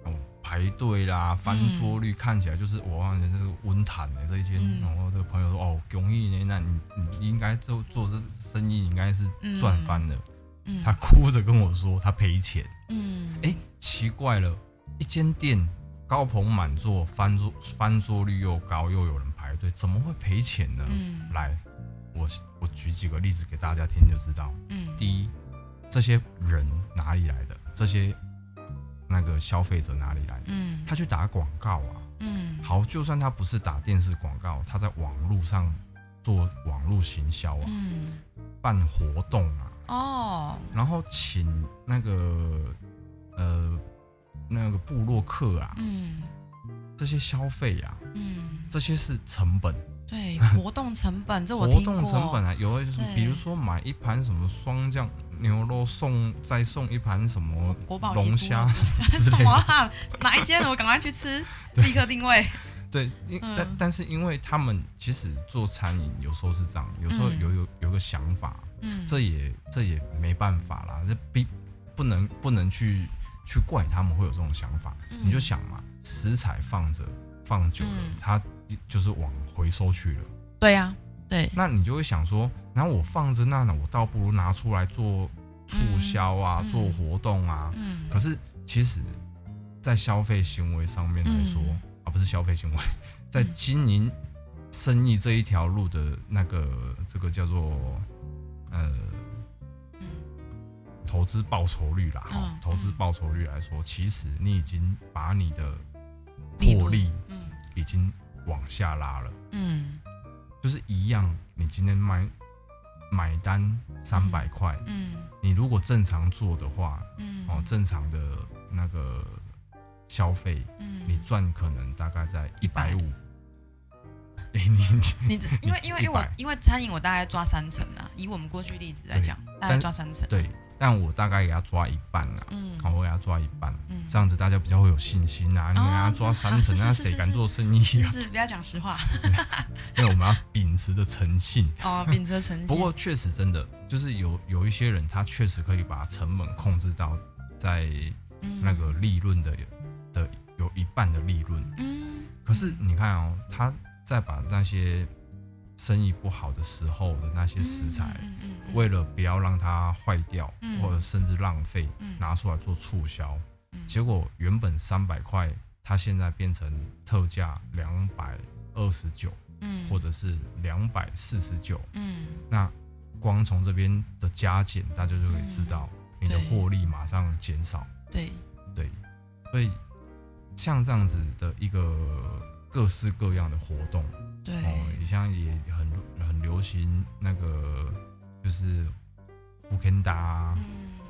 [SPEAKER 2] 哦，排队啦、
[SPEAKER 1] 嗯
[SPEAKER 2] 翻桌率看起来就是我哇，人家这个温毯的、这一间，
[SPEAKER 1] 嗯
[SPEAKER 2] 然后这个朋友说哦，恭喜你，那你你应该做做这生意，你应该是赚翻了。
[SPEAKER 1] 嗯
[SPEAKER 2] 他哭着跟我说他赔钱，
[SPEAKER 1] 嗯，
[SPEAKER 2] 哎、奇怪了，一间店高朋满座，翻桌翻桌率又高，又有人排队，怎么会赔钱呢？
[SPEAKER 1] 嗯
[SPEAKER 2] 来，我我举几个例子给大家听就知道。
[SPEAKER 1] 嗯，
[SPEAKER 2] 第一，这些人哪里来的？这些那个消费者哪里来的？
[SPEAKER 1] 嗯，
[SPEAKER 2] 他去打广告啊。
[SPEAKER 1] 嗯，
[SPEAKER 2] 好，就算他不是打电视广告，他在网络上做网络行销啊，
[SPEAKER 1] 嗯，
[SPEAKER 2] 办活动啊，
[SPEAKER 1] 哦，
[SPEAKER 2] 然后请那个呃那个部落客啊，
[SPEAKER 1] 嗯
[SPEAKER 2] 这些消费啊，
[SPEAKER 1] 嗯，
[SPEAKER 2] 这些是成本，
[SPEAKER 1] 对，活动成本这我
[SPEAKER 2] 活
[SPEAKER 1] 听过，
[SPEAKER 2] 动成本啊，有的就是
[SPEAKER 1] 对
[SPEAKER 2] 比如说买一盘什么双酱牛肉送，再送一盘什么
[SPEAKER 1] 国宝级
[SPEAKER 2] 龙
[SPEAKER 1] 猪肉
[SPEAKER 2] 虾之
[SPEAKER 1] 什
[SPEAKER 2] 类
[SPEAKER 1] 么
[SPEAKER 2] 的。
[SPEAKER 1] 啊？哪一间？我赶快去吃，
[SPEAKER 2] 对
[SPEAKER 1] 立刻定位。
[SPEAKER 2] 对，因
[SPEAKER 1] 嗯
[SPEAKER 2] 但但是因为他们其实做餐饮有时候是这样，有时候
[SPEAKER 1] 嗯
[SPEAKER 2] 有有有个想法，
[SPEAKER 1] 嗯，
[SPEAKER 2] 这也这也没办法啦，这必不能不能去去怪他们会有这种想法。
[SPEAKER 1] 嗯
[SPEAKER 2] 你就想嘛，食材放着放久了，
[SPEAKER 1] 嗯
[SPEAKER 2] 它就是往回收去了。
[SPEAKER 1] 对呀，对，
[SPEAKER 2] 那你就会想说，然后我放着那呢，我倒不如拿出来做促销啊，
[SPEAKER 1] 嗯
[SPEAKER 2] 做活动啊。
[SPEAKER 1] 嗯，
[SPEAKER 2] 可是其实，在消费行为上面来说、
[SPEAKER 1] 嗯
[SPEAKER 2] 啊，不是消费行为，在经营生意这一条路的那个这个叫做呃
[SPEAKER 1] 嗯
[SPEAKER 2] 投资报酬率啦，哈、
[SPEAKER 1] 嗯
[SPEAKER 2] 投资报酬率来说，其实你已经把你的
[SPEAKER 1] 利润
[SPEAKER 2] 获利
[SPEAKER 1] 嗯
[SPEAKER 2] 已经往下拉了。
[SPEAKER 1] 嗯
[SPEAKER 2] 就是一样，你今天买买单三百块，
[SPEAKER 1] 嗯
[SPEAKER 2] 你如果正常做的话，
[SPEAKER 1] 嗯，
[SPEAKER 2] 哦，正常的那个消费，
[SPEAKER 1] 嗯，
[SPEAKER 2] 你赚可能大概在一百五。哎，你 <laughs>
[SPEAKER 1] 你这因为因为因为我
[SPEAKER 2] 100
[SPEAKER 1] 因为餐饮我大概抓三成啊，以我们过去例子来
[SPEAKER 2] 对
[SPEAKER 1] 讲，大概
[SPEAKER 2] 但
[SPEAKER 1] 抓三成。
[SPEAKER 2] 对，但我大概给他抓一半啊，
[SPEAKER 1] 嗯
[SPEAKER 2] 好，我给他抓一半，
[SPEAKER 1] 嗯，
[SPEAKER 2] 这样子大家比较会有信心啊。你给他抓三成，
[SPEAKER 1] 是是
[SPEAKER 2] 那
[SPEAKER 1] 哦是
[SPEAKER 2] 谁
[SPEAKER 1] 是
[SPEAKER 2] 敢
[SPEAKER 1] 是
[SPEAKER 2] 做生意
[SPEAKER 1] 就
[SPEAKER 2] 啊？
[SPEAKER 1] 是不要讲实话
[SPEAKER 2] <laughs> 因为我们要秉持着诚信。 <laughs>
[SPEAKER 1] 哦，秉着诚信。
[SPEAKER 2] 不过确实真的就是有有一些人，他确实可以把成本控制到在
[SPEAKER 1] 嗯
[SPEAKER 2] 那个利润的的有一半的利润。
[SPEAKER 1] 嗯，
[SPEAKER 2] 可是你看哦，他在把那些生意不好的时候的那些食材，
[SPEAKER 1] 嗯嗯嗯嗯
[SPEAKER 2] 为了不要让它坏掉，
[SPEAKER 1] 嗯
[SPEAKER 2] 或者甚至浪费，
[SPEAKER 1] 嗯
[SPEAKER 2] 拿出来做促销，
[SPEAKER 1] 嗯
[SPEAKER 2] 结果原本三百块，它现在变成特价两百二十九，
[SPEAKER 1] 嗯
[SPEAKER 2] 或者是两百四十九。
[SPEAKER 1] 嗯
[SPEAKER 2] 那光从这边的加减，大家就可以知道你的
[SPEAKER 1] 对
[SPEAKER 2] 获利马上减少。
[SPEAKER 1] 对，
[SPEAKER 2] 对，所以像这样子的一个各式各样的活动，
[SPEAKER 1] 对，
[SPEAKER 2] 哦，也像也很很流行那个就是福肯达啊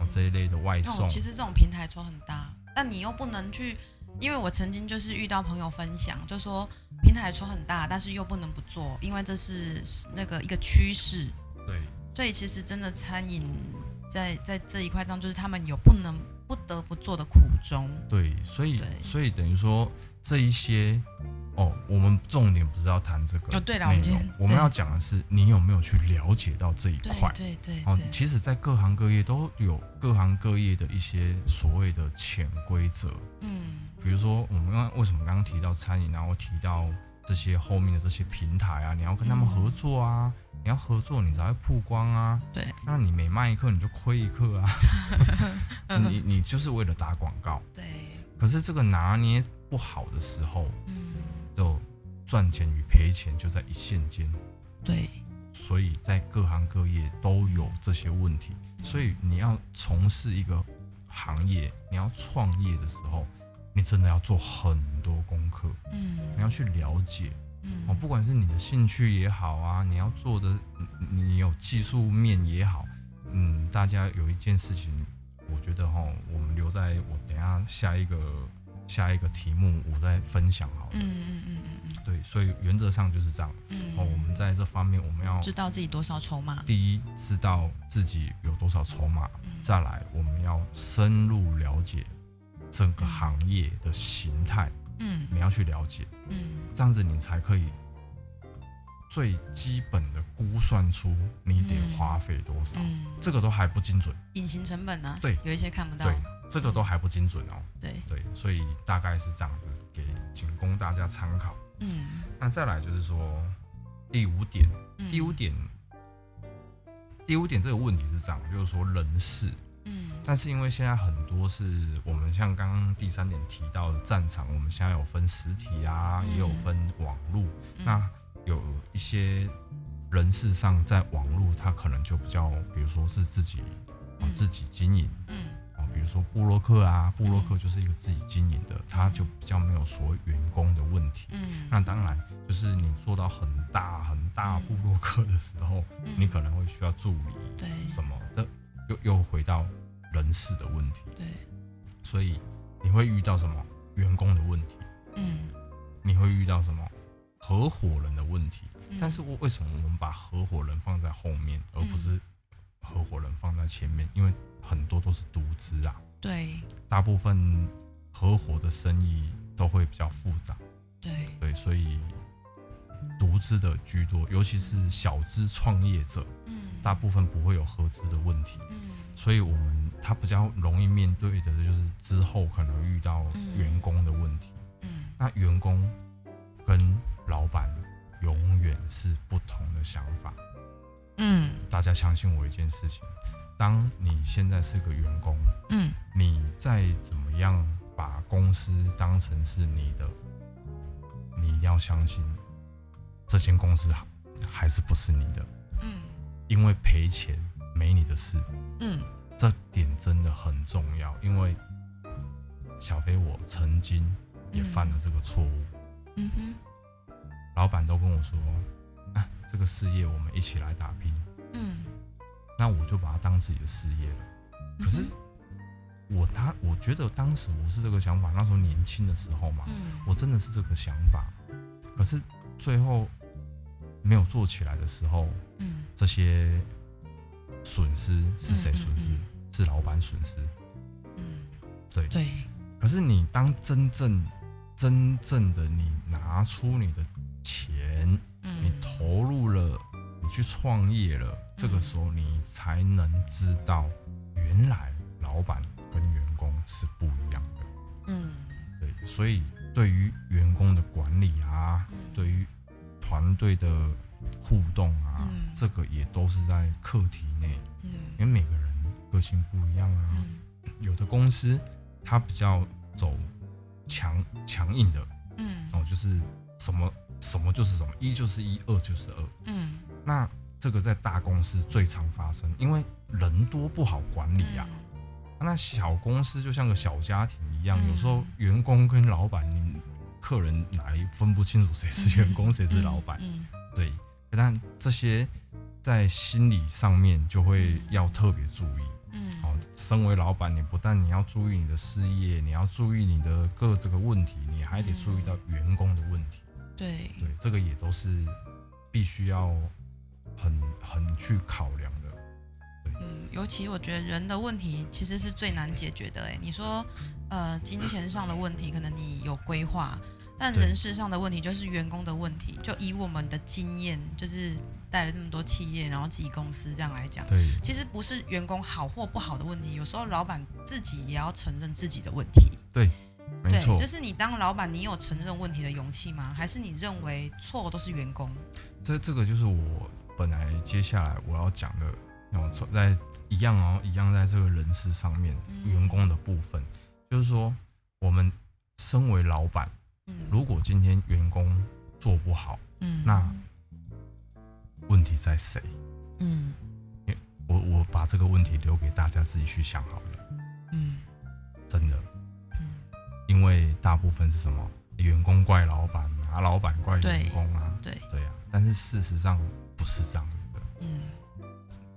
[SPEAKER 1] 嗯
[SPEAKER 2] 这一类的外
[SPEAKER 1] 那我
[SPEAKER 2] 送，
[SPEAKER 1] 其实这种平台抽很大，但你又不能去，因为我曾经就是遇到朋友分享，就说平台抽很大，但是又不能不做，因为这是那个一个趋势。
[SPEAKER 2] 对
[SPEAKER 1] 所以其实真的餐饮在在这一块上，就是他们有不能不得不做的苦衷。
[SPEAKER 2] 对，所以
[SPEAKER 1] 对
[SPEAKER 2] 所以等于说这一些。哦，我们重点不是要谈这个
[SPEAKER 1] 哦对啦我
[SPEAKER 2] 内
[SPEAKER 1] 们今
[SPEAKER 2] 容
[SPEAKER 1] 天，
[SPEAKER 2] 我们
[SPEAKER 1] 对
[SPEAKER 2] 要讲的是你有没有去了解到这一
[SPEAKER 1] 对
[SPEAKER 2] 块。
[SPEAKER 1] 对对
[SPEAKER 2] 哦，
[SPEAKER 1] 对，
[SPEAKER 2] 其实，在各行各业都有各行各业的一些所谓的潜规则，
[SPEAKER 1] 嗯
[SPEAKER 2] 比如说我们刚刚为什么刚刚提到餐饮，然后提到这些后面的这些平台啊，你要跟他们
[SPEAKER 1] 嗯
[SPEAKER 2] 合作啊，你要合作你才会曝光啊，
[SPEAKER 1] 对，
[SPEAKER 2] 那你每卖一克你就亏一克
[SPEAKER 1] <laughs>
[SPEAKER 2] 啊，你你就是为了打广告，
[SPEAKER 1] 对，
[SPEAKER 2] 可是这个拿捏不好的时候，
[SPEAKER 1] 嗯
[SPEAKER 2] 就赚钱与赔钱就在一线间，
[SPEAKER 1] 对，
[SPEAKER 2] 所以在各行各业都有这些问题。
[SPEAKER 1] 嗯
[SPEAKER 2] 所以你要从事一个行业，你要创业的时候，你真的要做很多功课，
[SPEAKER 1] 嗯
[SPEAKER 2] 你要去了解哦，
[SPEAKER 1] 嗯
[SPEAKER 2] 不管是你的兴趣也好啊，你要做的，你你有技术面也好，嗯，大家有一件事情，我觉得哈，我们留在我等一下下一个下一个题目我再分享好了。
[SPEAKER 1] 嗯嗯嗯嗯
[SPEAKER 2] 对，所以原则上就是这样
[SPEAKER 1] 嗯，
[SPEAKER 2] 哦。我们在这方面，我们要
[SPEAKER 1] 知道自己多少筹码。
[SPEAKER 2] 第一，知道自己有多少筹码，
[SPEAKER 1] 嗯
[SPEAKER 2] 再来，我们要深入了解整个行业的形态，
[SPEAKER 1] 嗯
[SPEAKER 2] 你要去了解，
[SPEAKER 1] 嗯
[SPEAKER 2] 这样子你才可以最基本的估算出你得花费多少。
[SPEAKER 1] 嗯，
[SPEAKER 2] 这个都还不精准，
[SPEAKER 1] 隐形成本呢？
[SPEAKER 2] 对
[SPEAKER 1] 有一些看不到
[SPEAKER 2] 对。，这个都还不精准哦。
[SPEAKER 1] 对，
[SPEAKER 2] 对，所以大概是这样子，给仅供大家参考。
[SPEAKER 1] 嗯，
[SPEAKER 2] 那再来就是说第五点，
[SPEAKER 1] 嗯
[SPEAKER 2] 第五，点，第五点这个问题是这样，就是说人事。
[SPEAKER 1] 嗯
[SPEAKER 2] 但是因为现在很多是我们像刚刚第三点提到的战场，我们现在有分实体啊，
[SPEAKER 1] 嗯
[SPEAKER 2] 也有分网络。
[SPEAKER 1] 嗯
[SPEAKER 2] 那有一些人事上在网络，他可能就比较，比如说是自己、哦
[SPEAKER 1] 嗯
[SPEAKER 2] 自己经营
[SPEAKER 1] 嗯
[SPEAKER 2] 哦，比如说布洛克啊，布洛克就是一个自己经营的，他就比较没有所谓员工的问题。
[SPEAKER 1] 嗯，
[SPEAKER 2] 那当然，就是你做到很大很大布洛克的时候，
[SPEAKER 1] 嗯
[SPEAKER 2] 你可能会需要助理，
[SPEAKER 1] 对
[SPEAKER 2] 什么的，又又回到人事的问题，
[SPEAKER 1] 对，
[SPEAKER 2] 所以你会遇到什么员工的问题，
[SPEAKER 1] 嗯，
[SPEAKER 2] 你会遇到什么合伙人的问题。
[SPEAKER 1] 嗯
[SPEAKER 2] 但是我为什么我们把合伙人放在后面，而不
[SPEAKER 1] 嗯
[SPEAKER 2] 是合伙人放在前面？因为很多都是独资啊，
[SPEAKER 1] 对
[SPEAKER 2] 大部分合伙的生意都会比较复杂，
[SPEAKER 1] 对，
[SPEAKER 2] 对，所以独资的居多，尤其是小资创业者，
[SPEAKER 1] 嗯，
[SPEAKER 2] 大部分不会有合资的问题。
[SPEAKER 1] 嗯
[SPEAKER 2] 所以我们他比较容易面对的就是之后可能遇到员工的问题。
[SPEAKER 1] 嗯
[SPEAKER 2] 那员工跟老板永远是不同的想法。
[SPEAKER 1] 嗯
[SPEAKER 2] 大家相信我一件事情：当你现在是个员工，
[SPEAKER 1] 嗯
[SPEAKER 2] 你再怎么样把公司当成是你的，你要相信这间公司还是不是你的，
[SPEAKER 1] 嗯
[SPEAKER 2] 因为赔钱没你的事。
[SPEAKER 1] 嗯
[SPEAKER 2] 这点真的很重要，因为小飞我曾经也犯了这个错误，
[SPEAKER 1] 嗯哼
[SPEAKER 2] 老板都跟我说，啊，这个事业我们一起来打拼，
[SPEAKER 1] 嗯，
[SPEAKER 2] 那我就把它当自己的事业了。可是
[SPEAKER 1] 嗯
[SPEAKER 2] 我他我觉得当时我是这个想法，那时候年轻的时候嘛，
[SPEAKER 1] 嗯
[SPEAKER 2] 我真的是这个想法，可是最后没有做起来的时候，
[SPEAKER 1] 嗯
[SPEAKER 2] 这些损失是谁
[SPEAKER 1] 嗯嗯
[SPEAKER 2] 损失？
[SPEAKER 1] 嗯
[SPEAKER 2] 是老板损失。
[SPEAKER 1] 嗯，
[SPEAKER 2] 对
[SPEAKER 1] 对，
[SPEAKER 2] 可是你当真正真正的你拿出你的钱，你
[SPEAKER 1] 嗯，
[SPEAKER 2] 投入了，你去创业了，这个时候你才能知道，原来老板跟员工是不一样的。
[SPEAKER 1] 嗯，
[SPEAKER 2] 对，所以对于员工的管理啊，
[SPEAKER 1] 嗯
[SPEAKER 2] 对，于团队的互动啊，
[SPEAKER 1] 嗯
[SPEAKER 2] 这个也都是在课题内，因为
[SPEAKER 1] 嗯
[SPEAKER 2] 每个人个性不一样啊。
[SPEAKER 1] 嗯
[SPEAKER 2] 有的公司它比较走强强硬的，
[SPEAKER 1] 嗯
[SPEAKER 2] 哦，就是什么什么就是什么，一就是一，二就是二。
[SPEAKER 1] 嗯，
[SPEAKER 2] 那这个在大公司最常发生，因为人多不好管理
[SPEAKER 1] 嗯
[SPEAKER 2] 啊。那小公司就像个小家庭一样，
[SPEAKER 1] 嗯
[SPEAKER 2] 有时候员工跟老板、你客人来分不清楚谁
[SPEAKER 1] 嗯，
[SPEAKER 2] 是员工、谁
[SPEAKER 1] 嗯
[SPEAKER 2] 是老板。
[SPEAKER 1] 嗯
[SPEAKER 2] 对，但这些在心理上面就会要特别注意。
[SPEAKER 1] 嗯，
[SPEAKER 2] 哦，身为老板，你不但你要注意你的事业，你要注意你的各这个问题，你还得注意到
[SPEAKER 1] 嗯
[SPEAKER 2] 员工的问题。
[SPEAKER 1] 对，
[SPEAKER 2] 对，这个也都是必须要很很去考量的。
[SPEAKER 1] 嗯，尤其我觉得人的问题其实是最难解决的。哎，你说，呃，金钱上的问题，可能你有规划，但
[SPEAKER 2] 对
[SPEAKER 1] 人事上的问题就是员工的问题。就以我们的经验，就是带了那么多企业，然后自己公司这样来讲，
[SPEAKER 2] 对，
[SPEAKER 1] 其实不是员工好或不好的问题，有时候老板自己也要承认自己的问题。
[SPEAKER 2] 没
[SPEAKER 1] 对，
[SPEAKER 2] 错，
[SPEAKER 1] 就是你当老板，你有承认问题的勇气吗？还是你认为错都是员工？
[SPEAKER 2] 这这个就是我本来接下来我要讲的，然后在一样哦，一样在这个人事上面
[SPEAKER 1] 嗯
[SPEAKER 2] 员工的部分，就是说我们身为老板，
[SPEAKER 1] 嗯
[SPEAKER 2] 如果今天员工做不好，
[SPEAKER 1] 嗯
[SPEAKER 2] 那问题在谁？
[SPEAKER 1] 嗯
[SPEAKER 2] 我我把这个问题留给大家自己去想好了，
[SPEAKER 1] 嗯
[SPEAKER 2] 真的，
[SPEAKER 1] 嗯，
[SPEAKER 2] 因为大部分是什么，员工怪老板啊，老板怪员工啊，
[SPEAKER 1] 对
[SPEAKER 2] 对啊，但是事实上不是这样子的。
[SPEAKER 1] 嗯，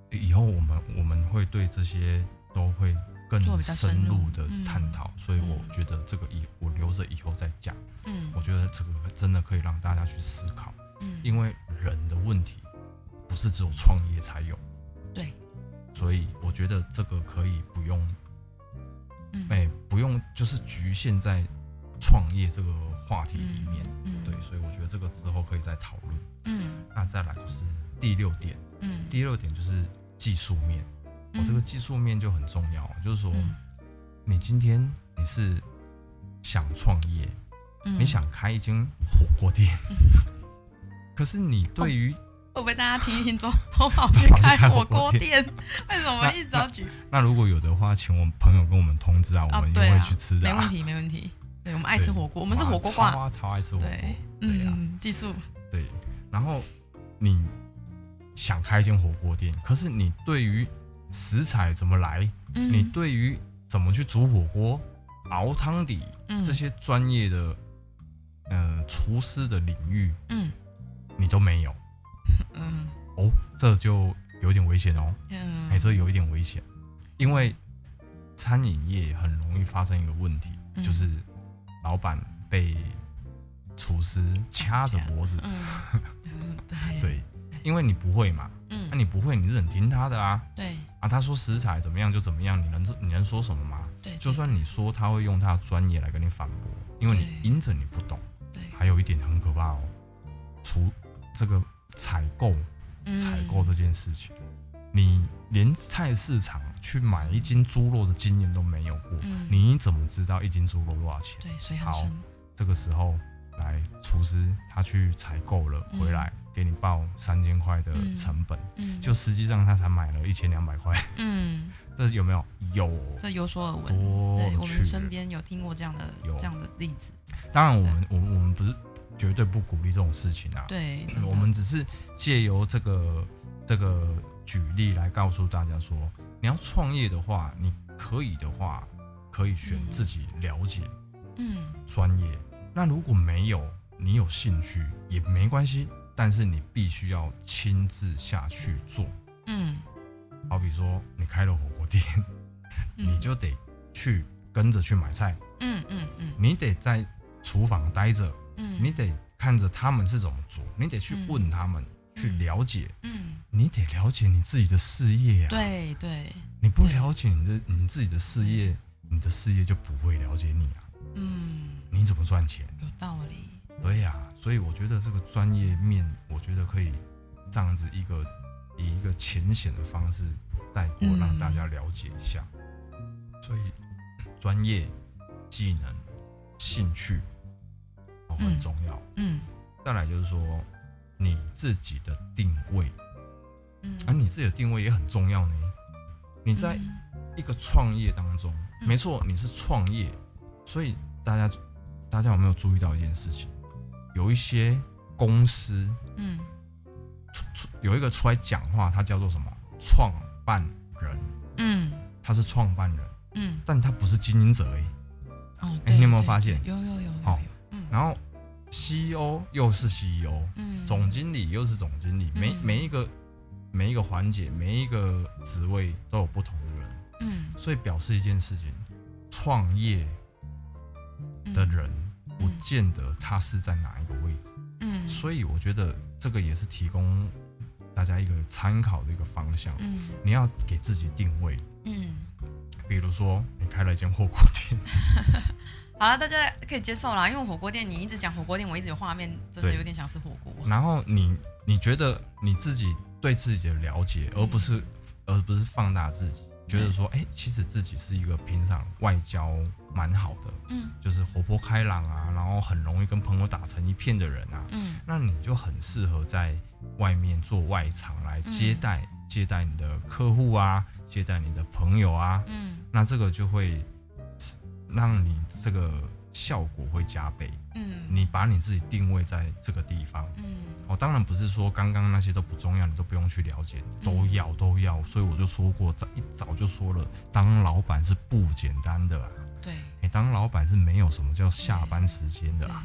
[SPEAKER 2] 以后我们我们会对这些都会更
[SPEAKER 1] 做比较
[SPEAKER 2] 深入
[SPEAKER 1] 深
[SPEAKER 2] 的
[SPEAKER 1] 入嗯
[SPEAKER 2] 探讨，所以我觉得这个以我留着以后再讲。
[SPEAKER 1] 嗯
[SPEAKER 2] 我觉得这个真的可以让大家去思考，
[SPEAKER 1] 嗯
[SPEAKER 2] 因为人的问题不是只有创业才有，
[SPEAKER 1] 对，
[SPEAKER 2] 所以我觉得这个可以不用
[SPEAKER 1] 嗯
[SPEAKER 2] 哎、不用就是局限在创业这个话题里面。
[SPEAKER 1] 嗯
[SPEAKER 2] 对，所以我觉得这个之后可以再讨论。
[SPEAKER 1] 嗯
[SPEAKER 2] 那再来就是第六点，
[SPEAKER 1] 嗯
[SPEAKER 2] 第六点就是技术面。我、
[SPEAKER 1] 嗯
[SPEAKER 2] 这个技术面就很重要，就是说
[SPEAKER 1] 嗯
[SPEAKER 2] 你今天你是想创业，
[SPEAKER 1] 嗯
[SPEAKER 2] 你想开一间火锅店， <laughs> 可是你对
[SPEAKER 1] 哦
[SPEAKER 2] 于
[SPEAKER 1] 会不会大家听一听之后都跑去开火锅
[SPEAKER 2] <laughs>
[SPEAKER 1] 店？为什么一直要举？
[SPEAKER 2] 那如果有的话，请我们朋友跟我们通知啊，我
[SPEAKER 1] 啊
[SPEAKER 2] 们一定
[SPEAKER 1] 对啊
[SPEAKER 2] 会去吃的、
[SPEAKER 1] 没问
[SPEAKER 2] 啊。
[SPEAKER 1] 题，没问题。对，我们爱吃火锅，我
[SPEAKER 2] 我
[SPEAKER 1] 们是火锅
[SPEAKER 2] 超
[SPEAKER 1] 挂。
[SPEAKER 2] 啊超爱吃火锅。
[SPEAKER 1] 对，
[SPEAKER 2] 对啊
[SPEAKER 1] 嗯，技术，
[SPEAKER 2] 对，然后你想开一间火锅店，可是你对于食材怎么来，
[SPEAKER 1] 嗯，
[SPEAKER 2] 你对于怎么去煮火锅、熬汤底
[SPEAKER 1] 嗯
[SPEAKER 2] 这，些专业的呃厨师的领域，
[SPEAKER 1] 嗯
[SPEAKER 2] 你都没有
[SPEAKER 1] 嗯
[SPEAKER 2] 哦，这就有点危险哦，
[SPEAKER 1] 嗯，
[SPEAKER 2] 哎、这有一点危险，因为餐饮业很容易发生一个问题，
[SPEAKER 1] 嗯
[SPEAKER 2] 就是老板被厨师掐着脖子，
[SPEAKER 1] 嗯，嗯，对，
[SPEAKER 2] 对，因为你不会嘛，
[SPEAKER 1] 嗯，
[SPEAKER 2] 那、你不会，你只能听他的啊
[SPEAKER 1] 对
[SPEAKER 2] 啊！他说食材怎么样就怎么样，你能你能说什么吗？
[SPEAKER 1] 对，
[SPEAKER 2] 就算你说，他会用他的专业来跟你反驳，因为你
[SPEAKER 1] 对
[SPEAKER 2] 因着你不懂。
[SPEAKER 1] 对
[SPEAKER 2] 还有一点很可怕哦，除这个采购
[SPEAKER 1] 嗯
[SPEAKER 2] 采购这件事情，你连菜市场去买一斤猪肉的经验都没有过，
[SPEAKER 1] 嗯
[SPEAKER 2] 你怎么知道一斤猪肉多少钱？
[SPEAKER 1] 对水
[SPEAKER 2] 好
[SPEAKER 1] 很深，
[SPEAKER 2] 这个时候，来厨师他去采购了，
[SPEAKER 1] 嗯
[SPEAKER 2] 回来给你报三千块的成本，
[SPEAKER 1] 嗯，
[SPEAKER 2] 就实际上他才买了一千两百块，
[SPEAKER 1] 嗯，
[SPEAKER 2] 这有没有？有，
[SPEAKER 1] 这有所耳闻。对，
[SPEAKER 2] 多
[SPEAKER 1] 我们
[SPEAKER 2] 去了
[SPEAKER 1] 身。边有听过这样的
[SPEAKER 2] 哦有
[SPEAKER 1] 这样的例子，
[SPEAKER 2] 当然，我们我们我们不是绝对不鼓励这种事情啊，
[SPEAKER 1] 对，真
[SPEAKER 2] 嗯
[SPEAKER 1] 的
[SPEAKER 2] 我们只是借由这个这个举例来告诉大家说，你要创业的话，你可以的话，可以选
[SPEAKER 1] 嗯
[SPEAKER 2] 自己了解
[SPEAKER 1] 嗯
[SPEAKER 2] 专业。那如果没有，你有兴趣也没关系，但是你必须要亲自下去做。
[SPEAKER 1] 嗯，
[SPEAKER 2] 好比说，你开了火锅店，
[SPEAKER 1] 嗯
[SPEAKER 2] 你就得去跟着去买菜，
[SPEAKER 1] 嗯嗯嗯
[SPEAKER 2] 你得在厨房待着，
[SPEAKER 1] 嗯，
[SPEAKER 2] 你得看着他们是怎么煮，你得去问他们，去了解，
[SPEAKER 1] 嗯，
[SPEAKER 2] 你得了解你自己的事业啊。，
[SPEAKER 1] 对对，
[SPEAKER 2] 你不
[SPEAKER 1] 对
[SPEAKER 2] 了解你的你自己的事业，你的事业就不会了解你啊。
[SPEAKER 1] 嗯，
[SPEAKER 2] 你怎么赚钱？
[SPEAKER 1] 有道理，
[SPEAKER 2] 对呀、所以我觉得这个专业面，我觉得可以这样子一个以一个浅显的方式带过，
[SPEAKER 1] 嗯
[SPEAKER 2] 让大家了解一下。所以专业、技能、兴趣哦
[SPEAKER 1] 嗯
[SPEAKER 2] 很重要。
[SPEAKER 1] 嗯
[SPEAKER 2] 再来就是说你自己的定位，
[SPEAKER 1] 嗯，
[SPEAKER 2] 而、啊你自己的定位也很重要呢。你在
[SPEAKER 1] 嗯
[SPEAKER 2] 一个创业当中，
[SPEAKER 1] 嗯
[SPEAKER 2] 没错，你是创业，所以大家大家有没有注意到一件事情？有一些公司
[SPEAKER 1] 嗯
[SPEAKER 2] 出出有一个出来讲话，他叫做什么？创办人，
[SPEAKER 1] 嗯
[SPEAKER 2] 他是创办人，
[SPEAKER 1] 嗯，
[SPEAKER 2] 但他不是经营者而已。
[SPEAKER 1] 哦，
[SPEAKER 2] 哎
[SPEAKER 1] 对
[SPEAKER 2] 你有没有
[SPEAKER 1] 对
[SPEAKER 2] 发现
[SPEAKER 1] 有有有有
[SPEAKER 2] 好
[SPEAKER 1] 有，嗯
[SPEAKER 2] 然后 CEO 又是 CEO，
[SPEAKER 1] 嗯，
[SPEAKER 2] 总经理又是总经理，每
[SPEAKER 1] 嗯
[SPEAKER 2] 每一个每一个环节，每一个职位都有不同的人，
[SPEAKER 1] 嗯
[SPEAKER 2] 所以表示一件事情：创业
[SPEAKER 1] 嗯
[SPEAKER 2] 的人不见得他是在哪一个位置，
[SPEAKER 1] 嗯，
[SPEAKER 2] 所以我觉得这个也是提供大家一个参考的一个方向。
[SPEAKER 1] 嗯
[SPEAKER 2] 你要给自己定位，
[SPEAKER 1] 嗯。
[SPEAKER 2] 比如说你开了一间火锅店，
[SPEAKER 1] <laughs> 好了，大家可以接受啦，因为火锅店你一直讲火锅店，我一直有画面，真的
[SPEAKER 2] 对
[SPEAKER 1] 有点想吃火锅。
[SPEAKER 2] 然后你你觉得你自己对自己的了解，而不
[SPEAKER 1] 嗯
[SPEAKER 2] 是而不是放大自己，觉得说，哎、其实自己是一个平常外交蛮好的，
[SPEAKER 1] 嗯
[SPEAKER 2] 就是活泼开朗啊，然后很容易跟朋友打成一片的人啊，
[SPEAKER 1] 嗯
[SPEAKER 2] 那你就很适合在外面做外场来接待、接待你的客户啊，接待你的朋友啊，
[SPEAKER 1] 嗯
[SPEAKER 2] 那这个就会让你这个效果会加倍。
[SPEAKER 1] 嗯
[SPEAKER 2] 你把你自己定位在这个地方，
[SPEAKER 1] 嗯
[SPEAKER 2] 哦，当然不是说刚刚那些都不重要，你都不用去了解，都要都要。所以我就说过，早一早就说了，当老板是不简单的、啊，
[SPEAKER 1] 对
[SPEAKER 2] 哎、当老板是没有什么叫下班时间的
[SPEAKER 1] 对，
[SPEAKER 2] 啊，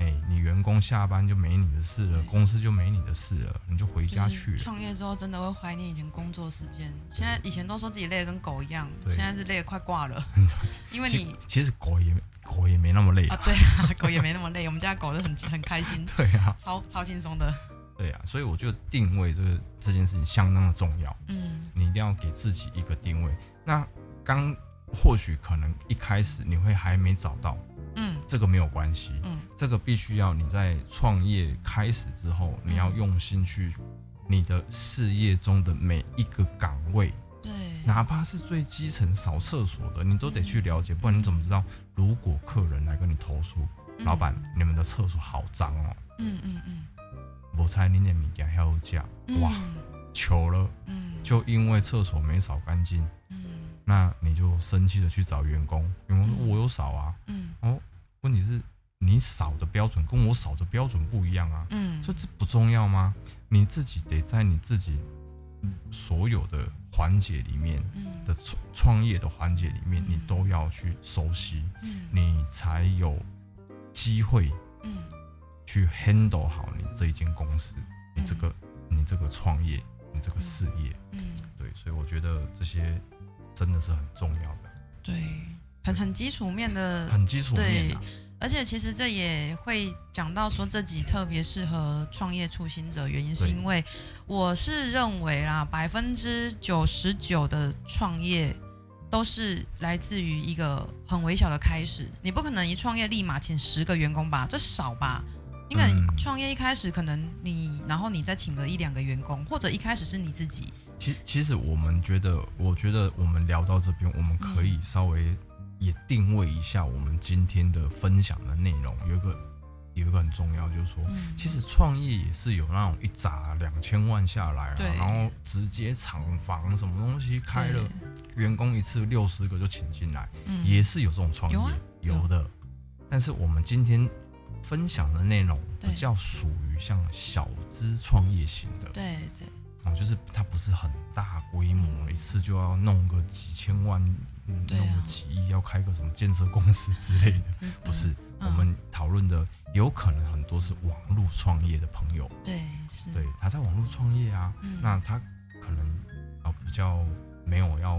[SPEAKER 2] 哎、你员工下班就没你的事了，
[SPEAKER 1] 对
[SPEAKER 2] 公司就没你的事了，你就回家
[SPEAKER 1] 就是
[SPEAKER 2] 去了。
[SPEAKER 1] 创业之后真的会怀念以前工作时间，现在以前都说自己累得跟狗一样，
[SPEAKER 2] 对
[SPEAKER 1] 现在是累得快挂
[SPEAKER 2] <laughs>
[SPEAKER 1] 了，因为
[SPEAKER 2] 其
[SPEAKER 1] 你
[SPEAKER 2] 其实狗也狗也没那么累
[SPEAKER 1] 啊
[SPEAKER 2] 啊， <laughs>
[SPEAKER 1] 对啊， <laughs> 狗也没那么累，我们家狗都很很开心，
[SPEAKER 2] 对啊，
[SPEAKER 1] 超超轻松的，
[SPEAKER 2] 对啊，所以我觉得定位这个这件事情相当的重要。
[SPEAKER 1] 嗯
[SPEAKER 2] 你一定要给自己一个定位。那刚或许可能一开始你会还没找到，
[SPEAKER 1] 嗯
[SPEAKER 2] 这个没有关系，
[SPEAKER 1] 嗯
[SPEAKER 2] 这个必须要你在创业开始之后，
[SPEAKER 1] 嗯
[SPEAKER 2] 你要用心去你的事业中的每一个岗位，
[SPEAKER 1] 对，
[SPEAKER 2] 哪怕是最基层扫厕所的，你都得去了解，不然你怎么知道？如果客人来跟你投诉，
[SPEAKER 1] 嗯
[SPEAKER 2] 老板，你们的厕所好脏哦，
[SPEAKER 1] 嗯嗯嗯
[SPEAKER 2] 我猜你的物件还有价，
[SPEAKER 1] 嗯，
[SPEAKER 2] 哇，求了，
[SPEAKER 1] 嗯
[SPEAKER 2] 就因为厕所没扫干净。
[SPEAKER 1] 嗯
[SPEAKER 2] 那你就生气的去找员工，员工说
[SPEAKER 1] 嗯
[SPEAKER 2] 我有扫啊，
[SPEAKER 1] 嗯
[SPEAKER 2] 问题是你扫的标准跟我扫的标准不一样啊，
[SPEAKER 1] 嗯，
[SPEAKER 2] 所以这不重要吗？你自己得在你自己所有的环节里面
[SPEAKER 1] 嗯
[SPEAKER 2] 的创创业的环节里面，
[SPEAKER 1] 嗯
[SPEAKER 2] 你都要去熟悉，
[SPEAKER 1] 嗯
[SPEAKER 2] 你才有机会
[SPEAKER 1] 嗯
[SPEAKER 2] 去 handle 好你这一间公司，你这个你这个创业，你这个事业，
[SPEAKER 1] 嗯。
[SPEAKER 2] 对，所以我觉得这些真的是很重要的。
[SPEAKER 1] 对，很很基础面的，
[SPEAKER 2] 很基础面啊，
[SPEAKER 1] 而且其实这也会讲到说这集特别适合创业初心者，原因是
[SPEAKER 2] 对
[SPEAKER 1] 因为我是认为啦，百分之九十九的创业。都是来自于一个很微小的开始，你不可能一创业立马请十个员工吧，这少吧？你可能
[SPEAKER 2] 嗯
[SPEAKER 1] 创业一开始可能你，然后你再请个一两个员工，或者一开始是你自己，
[SPEAKER 2] 其其实我们觉得，我觉得我们聊到这边，我们可以稍微也定位一下我们今天的分享的内容。有一个有一个很重要，就是说，
[SPEAKER 1] 嗯，
[SPEAKER 2] 其实创业也是有那种一砸两千万下来啊
[SPEAKER 1] 对，
[SPEAKER 2] 然后直接厂房什么东西开了，员工一次六十个就请进来，
[SPEAKER 1] 对，嗯
[SPEAKER 2] 也是有这种创业
[SPEAKER 1] 有啊
[SPEAKER 2] 有的。但是我们今天分享的内容
[SPEAKER 1] 对
[SPEAKER 2] 比较属于像小资创业型的。
[SPEAKER 1] 对对，
[SPEAKER 2] 哦，就是它不是很大规模，一次就要弄个几千万，嗯
[SPEAKER 1] 对啊
[SPEAKER 2] 弄个几亿，要开个什么建设公司之类的，
[SPEAKER 1] 真的
[SPEAKER 2] 不是。
[SPEAKER 1] 嗯
[SPEAKER 2] 我们讨论的有可能很多是网络创业的朋友，
[SPEAKER 1] 对是，
[SPEAKER 2] 对，他在网络创业啊，
[SPEAKER 1] 嗯
[SPEAKER 2] 那他可能呃啊比较没有要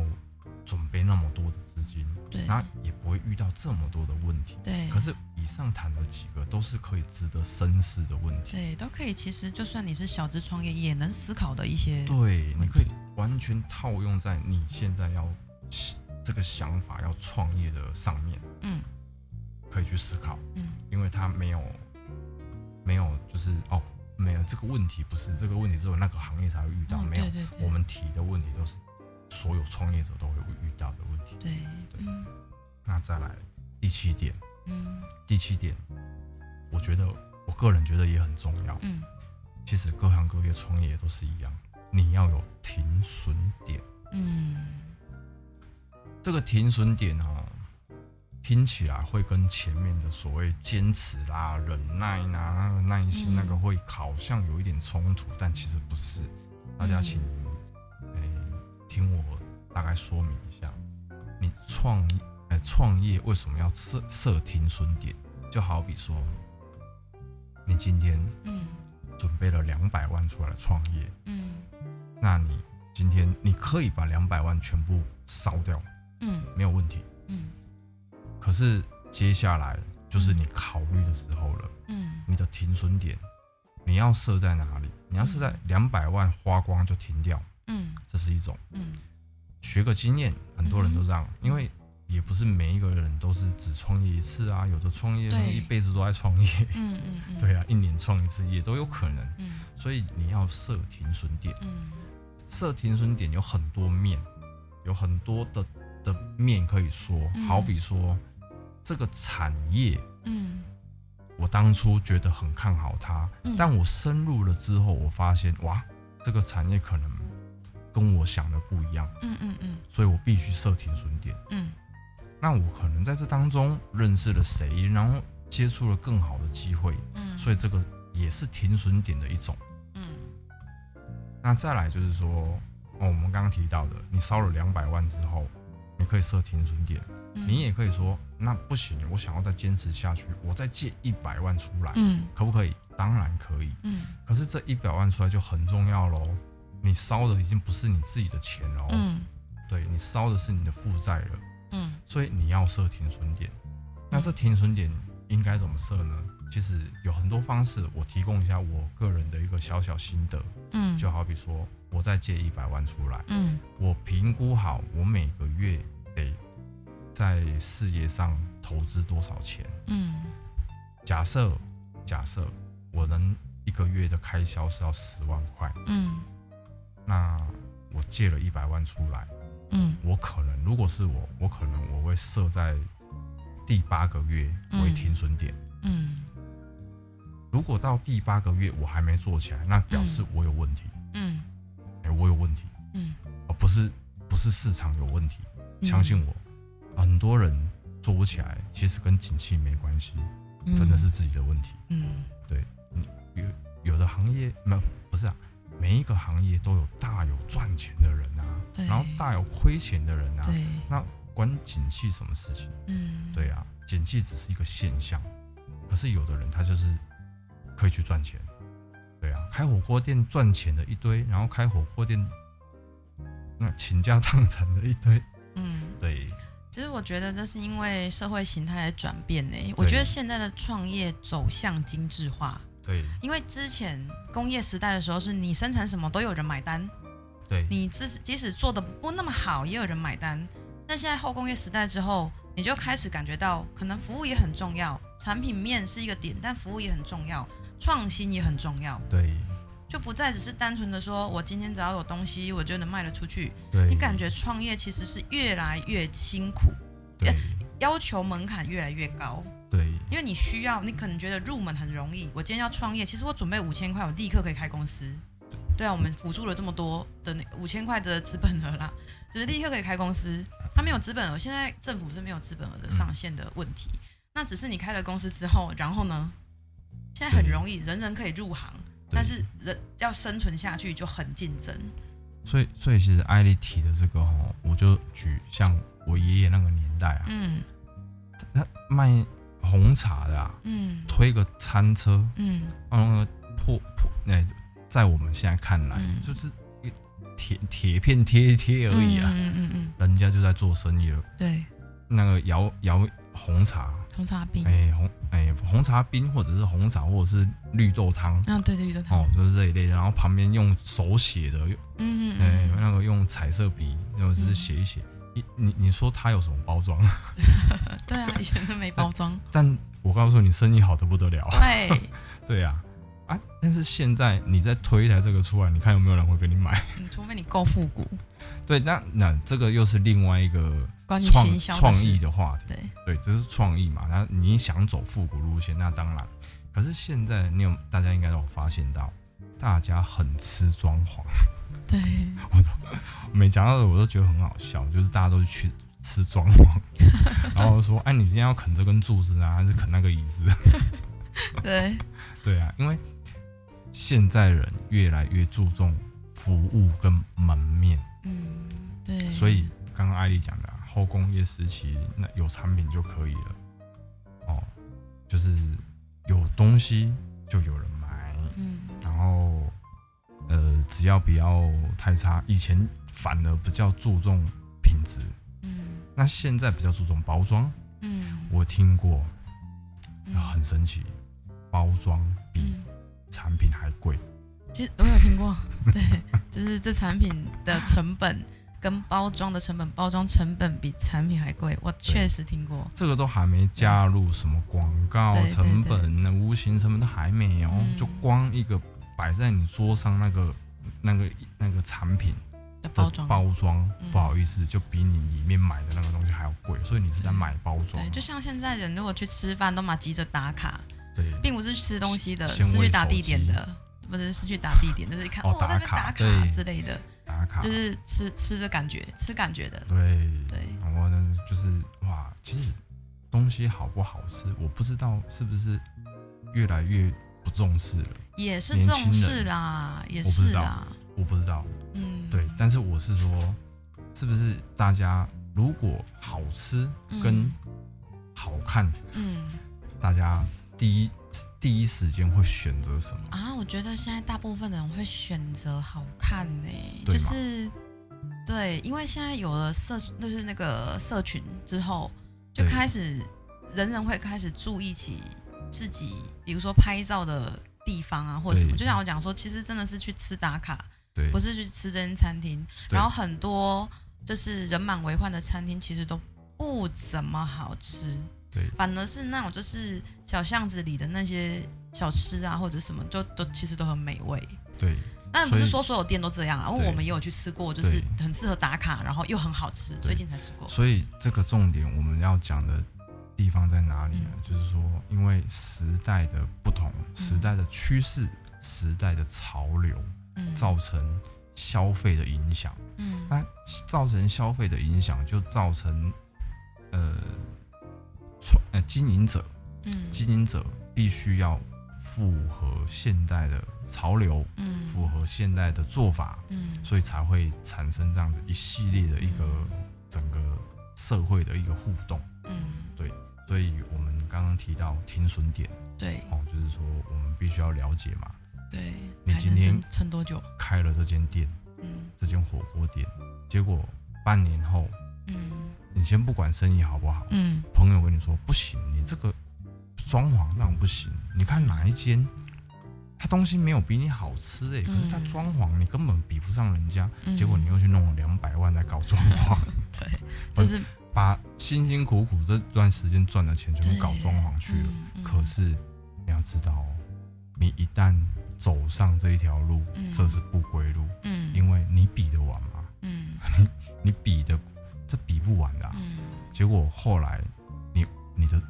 [SPEAKER 2] 准备那么多的资金，
[SPEAKER 1] 对，
[SPEAKER 2] 那也不会会遇到这么多的问题。
[SPEAKER 1] 对，
[SPEAKER 2] 可是以上谈的几个都是可以值得深思的问题。
[SPEAKER 1] 对都可以。其实就算你是小资创业，也能思考的一些
[SPEAKER 2] 对，你
[SPEAKER 1] 问
[SPEAKER 2] 可以
[SPEAKER 1] 题
[SPEAKER 2] 完全套用在你现在要这个想法要创业的上面，
[SPEAKER 1] 嗯
[SPEAKER 2] 可以去思考，
[SPEAKER 1] 嗯，
[SPEAKER 2] 因为它没有没有就是哦，没有这个问题不是这个问题只有那个行业才会遇到，
[SPEAKER 1] 嗯
[SPEAKER 2] 没有
[SPEAKER 1] 对对对，
[SPEAKER 2] 我们提的问题都是所有创业者都会遇到的问题。
[SPEAKER 1] 对
[SPEAKER 2] 对
[SPEAKER 1] 嗯
[SPEAKER 2] 那再来第七点，
[SPEAKER 1] 嗯
[SPEAKER 2] 第七点，我觉得我个人觉得也很重要。
[SPEAKER 1] 嗯，
[SPEAKER 2] 其实各行各业创业都是一样，你要有停损点。
[SPEAKER 1] 嗯
[SPEAKER 2] 这个停损点哈、听起来会跟前面的所谓坚持啦、忍耐啦、那个耐心
[SPEAKER 1] 嗯
[SPEAKER 2] 那个会好像有一点冲突，但其实不是。大家
[SPEAKER 1] 嗯
[SPEAKER 2] 请，诶、听我大概说明一下，你创业，诶、创业为什么要设设停损点？就好比说，你今天
[SPEAKER 1] 嗯
[SPEAKER 2] 准备了两百万出来创业，
[SPEAKER 1] 嗯
[SPEAKER 2] 那你今天你可以把两百万全部烧掉，
[SPEAKER 1] 嗯
[SPEAKER 2] 没有问题。
[SPEAKER 1] 嗯
[SPEAKER 2] 可是接下来就是你考虑的时候了，
[SPEAKER 1] 嗯，
[SPEAKER 2] 你的停损点你要设在哪里？你要设在两百万花光就停掉，
[SPEAKER 1] 嗯
[SPEAKER 2] 这是一种
[SPEAKER 1] 嗯
[SPEAKER 2] 学个经验，很多人都这样，因为也不是每一个人都是只创业一次啊，有的创业
[SPEAKER 1] 对
[SPEAKER 2] 一辈子都在创业， <laughs>
[SPEAKER 1] 嗯嗯嗯，
[SPEAKER 2] 对啊，一年创一次也都有可能，
[SPEAKER 1] 嗯
[SPEAKER 2] 所以你要设停损点。
[SPEAKER 1] 嗯
[SPEAKER 2] 设停损点有很多面，有很多的的面可以说，
[SPEAKER 1] 嗯
[SPEAKER 2] 好比说这个产业，
[SPEAKER 1] 嗯
[SPEAKER 2] 我当初觉得很看好它，
[SPEAKER 1] 嗯，
[SPEAKER 2] 但我深入了之后，我发现哇，这个产业可能跟我想的不一样，
[SPEAKER 1] 嗯嗯嗯
[SPEAKER 2] 所以我必须设停损点。
[SPEAKER 1] 嗯
[SPEAKER 2] 那我可能在这当中认识了谁，然后接触了更好的机会，
[SPEAKER 1] 嗯，
[SPEAKER 2] 所以这个也是停损点的一种。
[SPEAKER 1] 嗯
[SPEAKER 2] 那再来就是说，哦，我们刚刚提到的，你烧了两百万之后，你可以设停损点，
[SPEAKER 1] 嗯
[SPEAKER 2] 你也可以说，那不行，我想要再坚持下去，我再借一百万出来，
[SPEAKER 1] 嗯
[SPEAKER 2] 可不可以？当然可以，
[SPEAKER 1] 嗯
[SPEAKER 2] 可是这一百万出来就很重要喽。你烧的已经不是你自己的钱喽，
[SPEAKER 1] 嗯
[SPEAKER 2] 对你烧的是你的负债了，
[SPEAKER 1] 嗯
[SPEAKER 2] 所以你要设停损点。那这停损点应该怎么设呢？其实有很多方式，我提供一下我个人的一个小小心得。
[SPEAKER 1] 嗯
[SPEAKER 2] 就好比说，我再借一百万出来，
[SPEAKER 1] 嗯
[SPEAKER 2] 我评估好我每个月得在事业上投资多少钱。
[SPEAKER 1] 嗯
[SPEAKER 2] 假设假设我能一个月的开销是要十万块，
[SPEAKER 1] 嗯
[SPEAKER 2] 那我借了一百万出来，
[SPEAKER 1] 嗯
[SPEAKER 2] 我可能如果是我，我可能我会设在第八个月为停损点。
[SPEAKER 1] 嗯
[SPEAKER 2] 如果到第八个月我还没做起来，那表示我有问题，
[SPEAKER 1] 嗯
[SPEAKER 2] 哎、我有问题，
[SPEAKER 1] 嗯，
[SPEAKER 2] 而不是不是市场有问题。相信我，很多人做不起来，其实跟景气没关系，真的是自己的问题。
[SPEAKER 1] 嗯
[SPEAKER 2] 有的行业没有不是啊，每一个行业都有大有赚钱的人啊，
[SPEAKER 1] 对
[SPEAKER 2] 然后大有亏钱的人啊。
[SPEAKER 1] 对
[SPEAKER 2] 关景气什么事情？
[SPEAKER 1] 嗯
[SPEAKER 2] 对啊，景气只是一个现象，可是有的人他就是可以去赚钱。对啊，开火锅店赚钱的一堆，然后开火锅店那倾家荡产的一堆。
[SPEAKER 1] 嗯。
[SPEAKER 2] 对，
[SPEAKER 1] 其实我觉得这是因为社会形态的转变呢。我觉得现在的创业走向精致化，
[SPEAKER 2] 对，
[SPEAKER 1] 因为之前工业时代的时候，是你生产什么都有人买单，
[SPEAKER 2] 对，
[SPEAKER 1] 你即使即使做的不那么好，也有人买单。那现在后工业时代之后，你就开始感觉到，可能服务也很重要，产品面是一个点，但服务也很重要，创新也很重要，
[SPEAKER 2] 对，
[SPEAKER 1] 就不再只是单纯的说我今天只要有东西，我就能卖得出去。
[SPEAKER 2] 对，
[SPEAKER 1] 你感觉创业其实是越来越辛苦，
[SPEAKER 2] 对 <laughs>
[SPEAKER 1] 要求门槛越来越高，
[SPEAKER 2] 对
[SPEAKER 1] 因为你需要，你可能觉得入门很容易，我今天要创业，其实我准备五千块，我立刻可以开公司。对啊，我们辅助了这么多的那五千块的资本额啦，只是立刻可以开公司，它没有资本额，现在政府是没有资本额的上限的问题。那只是你开了公司之后，然后呢，现在很容易，人人可以入行，但是人要生存下去就很竞争。
[SPEAKER 2] 所以所以其实艾丽提的这个哦，我就举像我爷爷那个年代啊，
[SPEAKER 1] 嗯
[SPEAKER 2] 他卖红茶的啊，
[SPEAKER 1] 嗯
[SPEAKER 2] 推个餐车，
[SPEAKER 1] 嗯
[SPEAKER 2] 然后破破那、哎在我们现在看来、
[SPEAKER 1] 嗯
[SPEAKER 2] 就是一铁铁片贴一贴而已啊，
[SPEAKER 1] 嗯嗯嗯，
[SPEAKER 2] 人家就在做生意了。
[SPEAKER 1] 对，
[SPEAKER 2] 那个摇摇红茶，
[SPEAKER 1] 红茶冰，
[SPEAKER 2] 哎、红哎、红茶冰或者是红茶或者是绿豆汤
[SPEAKER 1] 啊，对对对，它
[SPEAKER 2] 哦，就是这一类的。然后旁边用手写的，用
[SPEAKER 1] 嗯嗯
[SPEAKER 2] 哎、
[SPEAKER 1] 嗯，
[SPEAKER 2] 那个用彩色笔，然后就是
[SPEAKER 1] 嗯
[SPEAKER 2] 写一写。你你你说它有什么包装？ <laughs>
[SPEAKER 1] 对啊，以前都没包装，
[SPEAKER 2] 但我告诉你，生意好的不得了。
[SPEAKER 1] 对，
[SPEAKER 2] 对呀、啊，啊，但是现在你再推一台这个出来，你看有没有人会给你买？
[SPEAKER 1] 嗯除非你够复古，
[SPEAKER 2] 对，那那这个又是另外一个
[SPEAKER 1] 关于
[SPEAKER 2] 创
[SPEAKER 1] 哦行销的
[SPEAKER 2] 创
[SPEAKER 1] 事
[SPEAKER 2] 意，的话题。
[SPEAKER 1] 对，
[SPEAKER 2] 对，这是创意嘛？那你想走复古路线，那当然。可是现在你有大家应该都有发现到，大家很吃装潢。
[SPEAKER 1] 对，
[SPEAKER 2] 每讲到的我都觉得很好笑，就是大家都去吃装潢， <laughs> 然后说：“哎、你今天要啃这根柱子啊，还是啃那个椅子？” <laughs>
[SPEAKER 1] 对，
[SPEAKER 2] 对啊，因为现在人越来越注重服务跟门面，
[SPEAKER 1] 嗯，对，
[SPEAKER 2] 所以刚刚艾丽讲的、啊、后工业时期，那有产品就可以了。哦，就是有东西就有人买，
[SPEAKER 1] 嗯，
[SPEAKER 2] 然后呃，只要不要太差。以前反而比较注重品质，
[SPEAKER 1] 嗯
[SPEAKER 2] 那现在比较注重包装。
[SPEAKER 1] 嗯
[SPEAKER 2] 我听过，
[SPEAKER 1] 嗯，
[SPEAKER 2] 很神奇，包装比
[SPEAKER 1] 嗯，
[SPEAKER 2] 产品还贵。
[SPEAKER 1] 其实我有听过，对，就是这产品的成本跟包装的成本，包装成本比产品还贵，我确实听过，
[SPEAKER 2] 这个都还没加入什么广告
[SPEAKER 1] 对对
[SPEAKER 2] 成本、那无形成本都还没有，
[SPEAKER 1] 嗯
[SPEAKER 2] 就光一个摆在你桌上那个、那个、那个产品
[SPEAKER 1] 的
[SPEAKER 2] 的
[SPEAKER 1] 包装，
[SPEAKER 2] 包装，
[SPEAKER 1] 嗯
[SPEAKER 2] 不好意思，就比你里面买的那个东西还要贵，所以你是在买包装
[SPEAKER 1] 对，，就像现在人如果去吃饭都嘛急着打卡，
[SPEAKER 2] 对，
[SPEAKER 1] 并不是去吃东西的，
[SPEAKER 2] 先
[SPEAKER 1] 是
[SPEAKER 2] 喂
[SPEAKER 1] 去打
[SPEAKER 2] 手
[SPEAKER 1] 地点
[SPEAKER 2] 机
[SPEAKER 1] 的，不是是去打地点，就是一看
[SPEAKER 2] 哦
[SPEAKER 1] 哦在那
[SPEAKER 2] 打卡
[SPEAKER 1] 打卡
[SPEAKER 2] 对
[SPEAKER 1] 之类的，
[SPEAKER 2] 打卡，
[SPEAKER 1] 就是吃吃着感觉，吃感觉的，
[SPEAKER 2] 对，
[SPEAKER 1] 对，
[SPEAKER 2] 然后呢就是哇，其实东西好不好吃，我不知道是不是越来越不重视了，
[SPEAKER 1] 也是
[SPEAKER 2] 年轻
[SPEAKER 1] 重视
[SPEAKER 2] 人
[SPEAKER 1] 啦，也
[SPEAKER 2] 我不知
[SPEAKER 1] 是
[SPEAKER 2] 道
[SPEAKER 1] 啦，
[SPEAKER 2] 我不知道，
[SPEAKER 1] 嗯，
[SPEAKER 2] 对，但是我是说，是不是大家如果好吃
[SPEAKER 1] 嗯，
[SPEAKER 2] 跟好看，
[SPEAKER 1] 嗯
[SPEAKER 2] 大家第一第一时间会选择什么？
[SPEAKER 1] 啊，我觉得现在大部分的人会选择好看呢、
[SPEAKER 2] 对
[SPEAKER 1] 就
[SPEAKER 2] 嘛
[SPEAKER 1] 是对，因为现在有了社，就是那个社群之后，就
[SPEAKER 2] 对
[SPEAKER 1] 开始人人会开始注意起自己，比如说拍照的地方啊，或者什么。
[SPEAKER 2] 对
[SPEAKER 1] 就像我讲说，其实真的是去吃打卡，
[SPEAKER 2] 对
[SPEAKER 1] 不，是去吃这间餐厅。
[SPEAKER 2] 对
[SPEAKER 1] 然后很多就是人满为患的餐厅，其实都不怎么好吃。
[SPEAKER 2] 对
[SPEAKER 1] 反而是那种就是小巷子里的那些小吃啊，或者什么，就都其实都很美味。
[SPEAKER 2] 对
[SPEAKER 1] 当然不是
[SPEAKER 2] 所以
[SPEAKER 1] 说所有店都这样啊，因为
[SPEAKER 2] 对
[SPEAKER 1] 我们也有去吃过，就是
[SPEAKER 2] 对
[SPEAKER 1] 很适合打卡，然后又很好吃，最近才吃过。
[SPEAKER 2] 所以这个重点我们要讲的地方在哪里呢？
[SPEAKER 1] 嗯
[SPEAKER 2] 就是说，因为时代的不同，时代的趋势，时代的潮流，
[SPEAKER 1] 嗯，
[SPEAKER 2] 造啊成消费的影响。
[SPEAKER 1] 嗯
[SPEAKER 2] 那造成消费的影响，就造成呃，创呃经营者
[SPEAKER 1] 嗯
[SPEAKER 2] 经营者必须要符合现代的潮流，
[SPEAKER 1] 嗯
[SPEAKER 2] 符合现代的做法，
[SPEAKER 1] 嗯
[SPEAKER 2] 所以才会产生这样子一系列的一个整个社会的一个互动。
[SPEAKER 1] 嗯，
[SPEAKER 2] 所以我们刚刚提到停损点
[SPEAKER 1] 对
[SPEAKER 2] 哦，就是说我们必须要了解嘛，
[SPEAKER 1] 对，
[SPEAKER 2] 你
[SPEAKER 1] 还
[SPEAKER 2] 今
[SPEAKER 1] 能
[SPEAKER 2] 天
[SPEAKER 1] 撑撑多久？
[SPEAKER 2] 开了这间店，
[SPEAKER 1] 嗯
[SPEAKER 2] 这间火锅店，结果半年后，
[SPEAKER 1] 嗯
[SPEAKER 2] 你先不管生意好不好，
[SPEAKER 1] 嗯
[SPEAKER 2] 朋友跟你说不行，你这个装潢让不行。你看哪一间，他东西没有比你好吃哎、可是他
[SPEAKER 1] 嗯
[SPEAKER 2] 装潢你根本比不上人家，
[SPEAKER 1] 嗯，
[SPEAKER 2] 结果你又去弄了两百万在搞装
[SPEAKER 1] <laughs>
[SPEAKER 2] 潢，
[SPEAKER 1] 对，就是
[SPEAKER 2] 把辛辛苦苦这段时间赚的钱全部搞装潢去了。
[SPEAKER 1] 嗯嗯
[SPEAKER 2] 可是你要知道哦，你一旦走上这一条路，
[SPEAKER 1] 嗯
[SPEAKER 2] 这是不归路，
[SPEAKER 1] 嗯
[SPEAKER 2] 因为你比得完吗？
[SPEAKER 1] 嗯
[SPEAKER 2] 你比的这比不完的啊、
[SPEAKER 1] 嗯
[SPEAKER 2] 结果后来你你的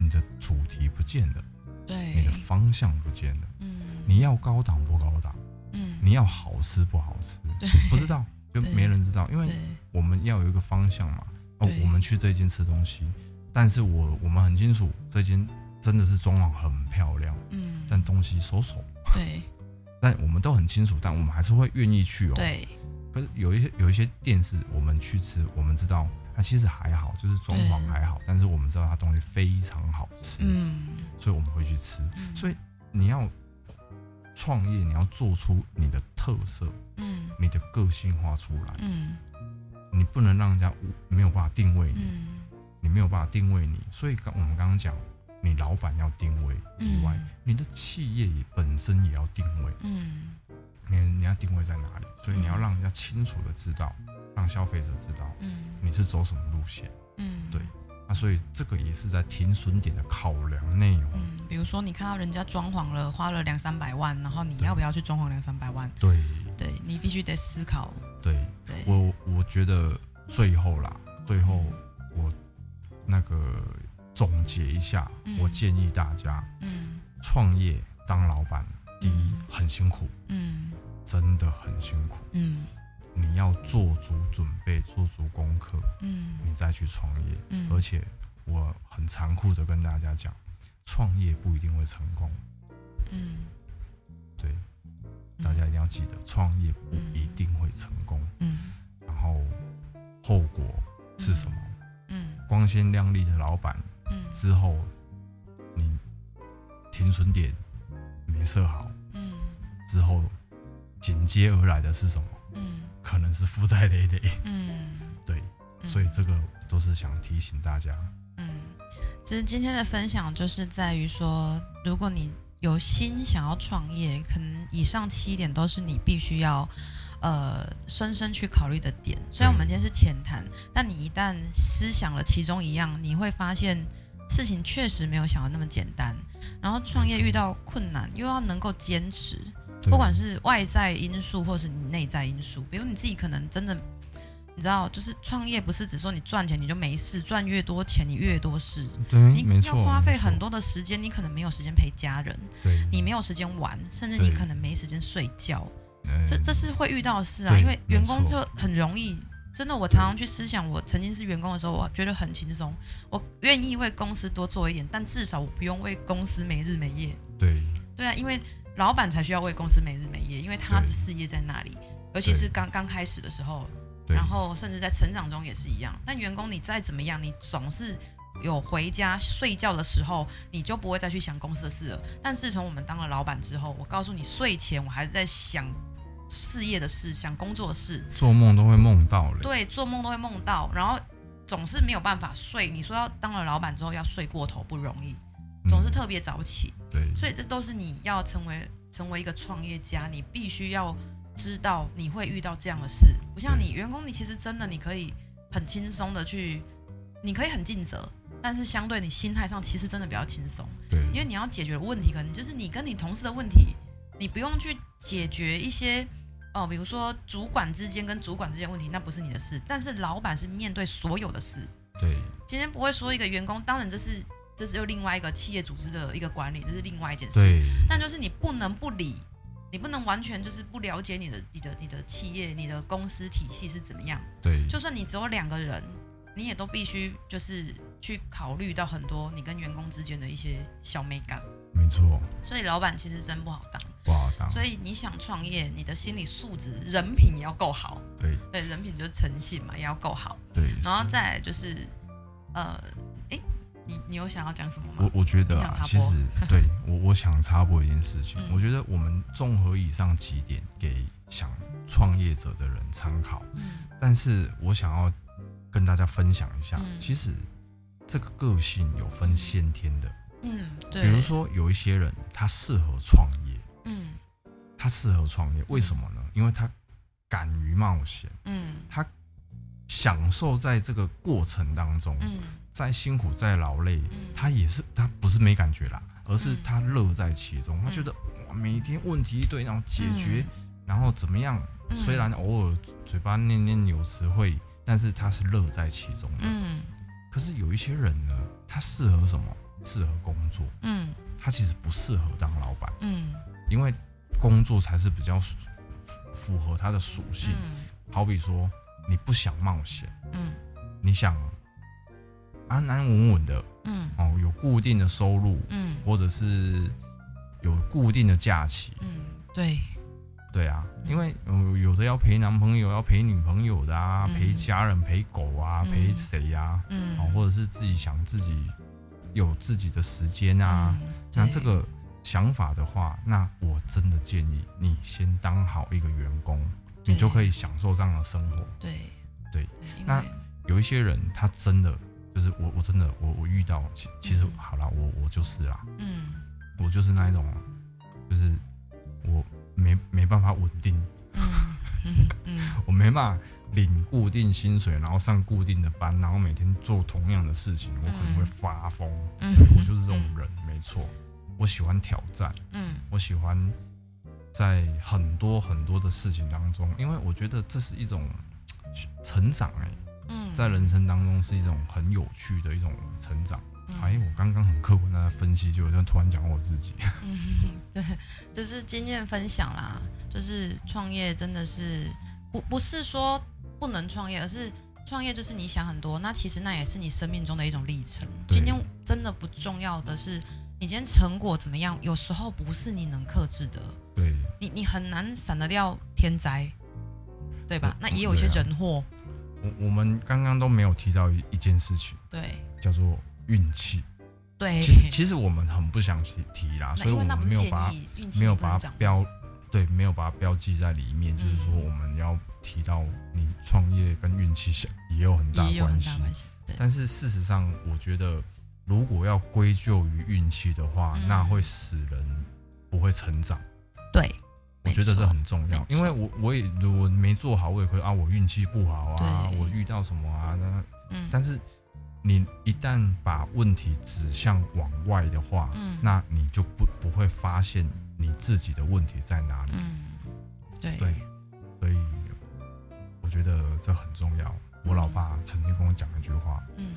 [SPEAKER 2] 你的主题不见了，你
[SPEAKER 1] 对
[SPEAKER 2] 的，方向不见了，
[SPEAKER 1] 嗯
[SPEAKER 2] 你要高档不高档，
[SPEAKER 1] 嗯
[SPEAKER 2] 你要好吃不好吃，
[SPEAKER 1] 对
[SPEAKER 2] 不知道就
[SPEAKER 1] 对
[SPEAKER 2] 没人知道，因为
[SPEAKER 1] 对
[SPEAKER 2] 我们要有一个方向嘛。哦
[SPEAKER 1] 对，
[SPEAKER 2] 我们去这间吃东西，但是我我们很清楚这间真的是装潢很漂亮，
[SPEAKER 1] 嗯
[SPEAKER 2] 但东西收手。
[SPEAKER 1] 对
[SPEAKER 2] 但我们都很清楚，但我们还是会愿意去哦。。
[SPEAKER 1] 对
[SPEAKER 2] 可是有一些有一些店是我们去吃，我们知道它其实还好，就是装潢
[SPEAKER 1] 对
[SPEAKER 2] 还好，但是我们知道它东西非常好吃，
[SPEAKER 1] 嗯
[SPEAKER 2] 所以我们会去吃。
[SPEAKER 1] 嗯
[SPEAKER 2] 所以你要创业，你要做出你的特色，
[SPEAKER 1] 嗯
[SPEAKER 2] 你的个性化出来，
[SPEAKER 1] 嗯
[SPEAKER 2] 你不能让人家无没有办法定位你。
[SPEAKER 1] 嗯
[SPEAKER 2] 你没有办法定位你，所以刚我们刚刚讲，你老板要定位以外，
[SPEAKER 1] 嗯
[SPEAKER 2] 你的企业也本身也要定位，
[SPEAKER 1] 嗯
[SPEAKER 2] 你你要定位在哪里，所以你要
[SPEAKER 1] 嗯
[SPEAKER 2] 让人家清楚的知道，让消费者知道
[SPEAKER 1] 嗯
[SPEAKER 2] 你是走什么路线。
[SPEAKER 1] 嗯，
[SPEAKER 2] 对啊，所以这个也是在停损点的考量内容。
[SPEAKER 1] 嗯，比如说你看到人家装潢了，花了两三百万，然后你要不要去装潢两三百万？
[SPEAKER 2] 对
[SPEAKER 1] 对你必须得思考。
[SPEAKER 2] 对，
[SPEAKER 1] 对，
[SPEAKER 2] 我我觉得最后啦，最后
[SPEAKER 1] 嗯
[SPEAKER 2] 我那个总结一下，
[SPEAKER 1] 嗯
[SPEAKER 2] 我建议大家
[SPEAKER 1] 嗯
[SPEAKER 2] 创业当老板，第一
[SPEAKER 1] 嗯
[SPEAKER 2] 很辛苦，
[SPEAKER 1] 嗯
[SPEAKER 2] 真的很辛苦，
[SPEAKER 1] 嗯
[SPEAKER 2] 你要做足准备，做足功课，
[SPEAKER 1] 嗯
[SPEAKER 2] 你再去创业。
[SPEAKER 1] 嗯，
[SPEAKER 2] 而且我很残酷的跟大家讲，创业不一定会成功，
[SPEAKER 1] 嗯，
[SPEAKER 2] 对，
[SPEAKER 1] 嗯
[SPEAKER 2] 大家一定要记得，创业不一定会成功。
[SPEAKER 1] 嗯
[SPEAKER 2] 然后后果是什么？
[SPEAKER 1] 嗯
[SPEAKER 2] 光鲜亮丽的老板
[SPEAKER 1] 嗯
[SPEAKER 2] 之后，你停损点没设好，
[SPEAKER 1] 嗯
[SPEAKER 2] 之后紧接而来的是什么？
[SPEAKER 1] 嗯
[SPEAKER 2] 可能是负债累
[SPEAKER 1] <laughs>
[SPEAKER 2] 累。
[SPEAKER 1] 嗯，
[SPEAKER 2] 对，
[SPEAKER 1] 嗯
[SPEAKER 2] 所以这个都是想提醒大家。
[SPEAKER 1] 嗯，其实今天的分享就是在于说，如果你有心想要创业，可能以上七点都是你必须要呃深深去考虑的点。虽
[SPEAKER 2] 嗯
[SPEAKER 1] 然我们今天是浅谈，但你一旦思想了其中一样，你会发现事情确实没有想的那么简单。然后创业遇到困难，又要能够坚持，
[SPEAKER 2] 对
[SPEAKER 1] 不管是外在因素或是你内在因素，比如你自己可能真的，你知道，就是创业不是只说你赚钱你就没事，赚越多钱你越多事，
[SPEAKER 2] 对，嗯没
[SPEAKER 1] 你
[SPEAKER 2] 错
[SPEAKER 1] 要，花费
[SPEAKER 2] 没错
[SPEAKER 1] 很，多的时间，你可能没有时间陪家人，
[SPEAKER 2] 对，
[SPEAKER 1] 你没有时间玩，甚至你
[SPEAKER 2] 对
[SPEAKER 1] 可能没时间睡觉，
[SPEAKER 2] 呃
[SPEAKER 1] 这这是会遇到的事啊，
[SPEAKER 2] 对
[SPEAKER 1] 因为员工
[SPEAKER 2] 没
[SPEAKER 1] 就
[SPEAKER 2] 错
[SPEAKER 1] 很容易。真的，我常常去思想，我曾经是员工的时候，我觉得很轻松，我愿意为公司多做一点，但至少我不用为公司没日没夜。
[SPEAKER 2] 对
[SPEAKER 1] 对啊，因为老板才需要为公司没日没夜，因为他的
[SPEAKER 2] 对
[SPEAKER 1] 事业在那里，尤其
[SPEAKER 2] 对
[SPEAKER 1] 是刚刚开始的时候，
[SPEAKER 2] 对，
[SPEAKER 1] 然后甚至在成长中也是一样。但员工你再怎么样，你总是有回家睡觉的时候，你就不会再去想公司的事了。但自从我们当了老板之后，我告诉你，睡前我还是在想事业的事，想工作的事，
[SPEAKER 2] 做梦都会梦到嘞。
[SPEAKER 1] 对，做梦都会梦到，然后总是没有办法睡。你说要当了老板之后要睡过头不容易，
[SPEAKER 2] 嗯
[SPEAKER 1] 总是特别早起。
[SPEAKER 2] 对，
[SPEAKER 1] 所以这都是你要成为成为一个创业家，你必须要知道你会遇到这样的事，不像你员工，你其实真的你可以很轻松的去，你可以很尽责，但是相对你心态上其实真的比较轻松，
[SPEAKER 2] 对，
[SPEAKER 1] 因为你要解决的问题可能就是你跟你同事的问题，你不用去解决一些。哦，比如说主管之间跟主管之间的问题，那不是你的事，但是老板是面对所有的事，
[SPEAKER 2] 对
[SPEAKER 1] 今天不会说一个员工，当然这是这是又另外一个企业组织的一个管理，这是另外一件事。
[SPEAKER 2] 对
[SPEAKER 1] 但就是你不能不理，你不能完全就是不了解你的、你的、你的企业、你的公司体系是怎么样。
[SPEAKER 2] 对，
[SPEAKER 1] 就算你只有两个人，你也都必须就是去考虑到很多你跟员工之间的一些小美感。
[SPEAKER 2] 没错，
[SPEAKER 1] 所以老板其实真不好当。
[SPEAKER 2] 不好当。
[SPEAKER 1] 所以你想创业，你的心理素质、人品也要够好。
[SPEAKER 2] 对
[SPEAKER 1] 对，人品就是诚信嘛，也要够好。
[SPEAKER 2] 对，
[SPEAKER 1] 然后再来就是，呃，诶，你你有想要讲什么吗
[SPEAKER 2] 我？我觉得啊，
[SPEAKER 1] 你
[SPEAKER 2] 其
[SPEAKER 1] 想插 <laughs>
[SPEAKER 2] 实对我我想插播一件事情，
[SPEAKER 1] 嗯
[SPEAKER 2] 我觉得我们综合以上几点给想创业者的人参考，
[SPEAKER 1] 嗯
[SPEAKER 2] 但是我想要跟大家分享一下，
[SPEAKER 1] 嗯
[SPEAKER 2] 其实这个个性有分先天的，
[SPEAKER 1] 嗯，对，
[SPEAKER 2] 比如，说有一些人他适合创业，
[SPEAKER 1] 嗯
[SPEAKER 2] 他适合创业，为什么呢？因为他敢于冒险，
[SPEAKER 1] 嗯
[SPEAKER 2] 享受在这个过程当中，
[SPEAKER 1] 嗯
[SPEAKER 2] 再辛苦再劳累，
[SPEAKER 1] 嗯，
[SPEAKER 2] 他也是他不是没感觉啦，而是
[SPEAKER 1] 嗯
[SPEAKER 2] 他乐在其中，他觉得哇每天问题一堆，然后解决，然后怎么样？
[SPEAKER 1] 嗯
[SPEAKER 2] 虽然偶尔嘴巴念念有词汇，但是他是乐在其中的。
[SPEAKER 1] 嗯
[SPEAKER 2] 可是有一些人呢，他适合什么？适合工作，
[SPEAKER 1] 嗯
[SPEAKER 2] 他其实不适合当老板，
[SPEAKER 1] 嗯
[SPEAKER 2] 因为工作才是比较符符合他的属性。
[SPEAKER 1] 嗯
[SPEAKER 2] 好比说，你不想冒险，
[SPEAKER 1] 嗯
[SPEAKER 2] 你想安安稳稳的
[SPEAKER 1] 嗯
[SPEAKER 2] 哦，有固定的收入，
[SPEAKER 1] 嗯
[SPEAKER 2] 或者是有固定的假期，
[SPEAKER 1] 嗯，对，
[SPEAKER 2] 对啊，因为有有的要陪男朋友，要陪女朋友的啊，
[SPEAKER 1] 嗯
[SPEAKER 2] 陪家人，陪狗啊，
[SPEAKER 1] 嗯
[SPEAKER 2] 陪谁呀、啊，哦，
[SPEAKER 1] 嗯，
[SPEAKER 2] 或者是自己想自己有自己的时间啊，
[SPEAKER 1] 嗯，
[SPEAKER 2] 那
[SPEAKER 1] 对
[SPEAKER 2] 这，个想法的话，那我真的建议你先当好一个员工，
[SPEAKER 1] 对
[SPEAKER 2] 你就可以享受这样的生活。
[SPEAKER 1] 对
[SPEAKER 2] 对
[SPEAKER 1] 因
[SPEAKER 2] 那
[SPEAKER 1] 为
[SPEAKER 2] 有一些人他真的就是我我真的我我遇到其其实
[SPEAKER 1] 嗯
[SPEAKER 2] 好啦，我我就是啦，
[SPEAKER 1] 嗯
[SPEAKER 2] 我就是那一种，就是我没没办法稳定， <laughs>
[SPEAKER 1] 嗯嗯嗯
[SPEAKER 2] 我没办法领固定薪水，然后上固定的班，然后每天做同样的事情，我可能会发疯。
[SPEAKER 1] 嗯
[SPEAKER 2] 对， <laughs> 我就是这种人，没错。我喜欢挑战，
[SPEAKER 1] 嗯
[SPEAKER 2] 我喜欢在很多很多的事情当中，因为我觉得这是一种嘖成长、欸，
[SPEAKER 1] 嗯，
[SPEAKER 2] 在人生当中是一种很有趣的一种成长。
[SPEAKER 1] 嗯
[SPEAKER 2] 哎，我刚刚很客观的分析，就有人突然讲我自己， <laughs>
[SPEAKER 1] 嗯，对，就是经验分享啦，就是创业真的是不不是说不能创业，而是创业就是你想很多，那其实那也是你生命中的一种历程。
[SPEAKER 2] 对
[SPEAKER 1] 今天真的不重要的是你今天成果怎么样，有时候不是你能克制的，
[SPEAKER 2] 对，
[SPEAKER 1] 你你很难闪得掉天灾，对吧
[SPEAKER 2] 嗯？
[SPEAKER 1] 那也有一些
[SPEAKER 2] 对啊
[SPEAKER 1] 人祸，
[SPEAKER 2] 我我们刚刚都没有提到一一件事情，
[SPEAKER 1] 对
[SPEAKER 2] 叫做
[SPEAKER 1] <laughs>
[SPEAKER 2] 运气。
[SPEAKER 1] 对。
[SPEAKER 2] 其实其实我们很不想提提啦，
[SPEAKER 1] 那
[SPEAKER 2] 所以
[SPEAKER 1] 因
[SPEAKER 2] 我
[SPEAKER 1] 为那
[SPEAKER 2] 们
[SPEAKER 1] 不
[SPEAKER 2] 没
[SPEAKER 1] 是
[SPEAKER 2] 有
[SPEAKER 1] 建
[SPEAKER 2] 把它
[SPEAKER 1] 议运气
[SPEAKER 2] 没有
[SPEAKER 1] 不能
[SPEAKER 2] 把它
[SPEAKER 1] 掌握
[SPEAKER 2] 标对没有把它标记在里面，就是说
[SPEAKER 1] 嗯
[SPEAKER 2] 我们要提到你创业跟运气相也有很大
[SPEAKER 1] 也有很
[SPEAKER 2] 关系
[SPEAKER 1] 大。关系，对，
[SPEAKER 2] 但是事实上，我觉得如果要归咎于运气的话，
[SPEAKER 1] 嗯
[SPEAKER 2] 那会使人不会成长。
[SPEAKER 1] 对，
[SPEAKER 2] 我觉得这很重
[SPEAKER 1] 没，
[SPEAKER 2] 要
[SPEAKER 1] 错
[SPEAKER 2] 因为我我也如果没做好，我也会啊，我运气不好啊，
[SPEAKER 1] 对
[SPEAKER 2] 我遇到什么啊，那
[SPEAKER 1] 嗯，
[SPEAKER 2] 但是你一旦把问题指向往外的话，
[SPEAKER 1] 嗯
[SPEAKER 2] 那你就不不会发现你自己的问题在哪里。
[SPEAKER 1] 嗯，对
[SPEAKER 2] 对
[SPEAKER 1] 嗯
[SPEAKER 2] 所以我觉得这很重要。我老爸曾经跟我讲一句话：
[SPEAKER 1] 嗯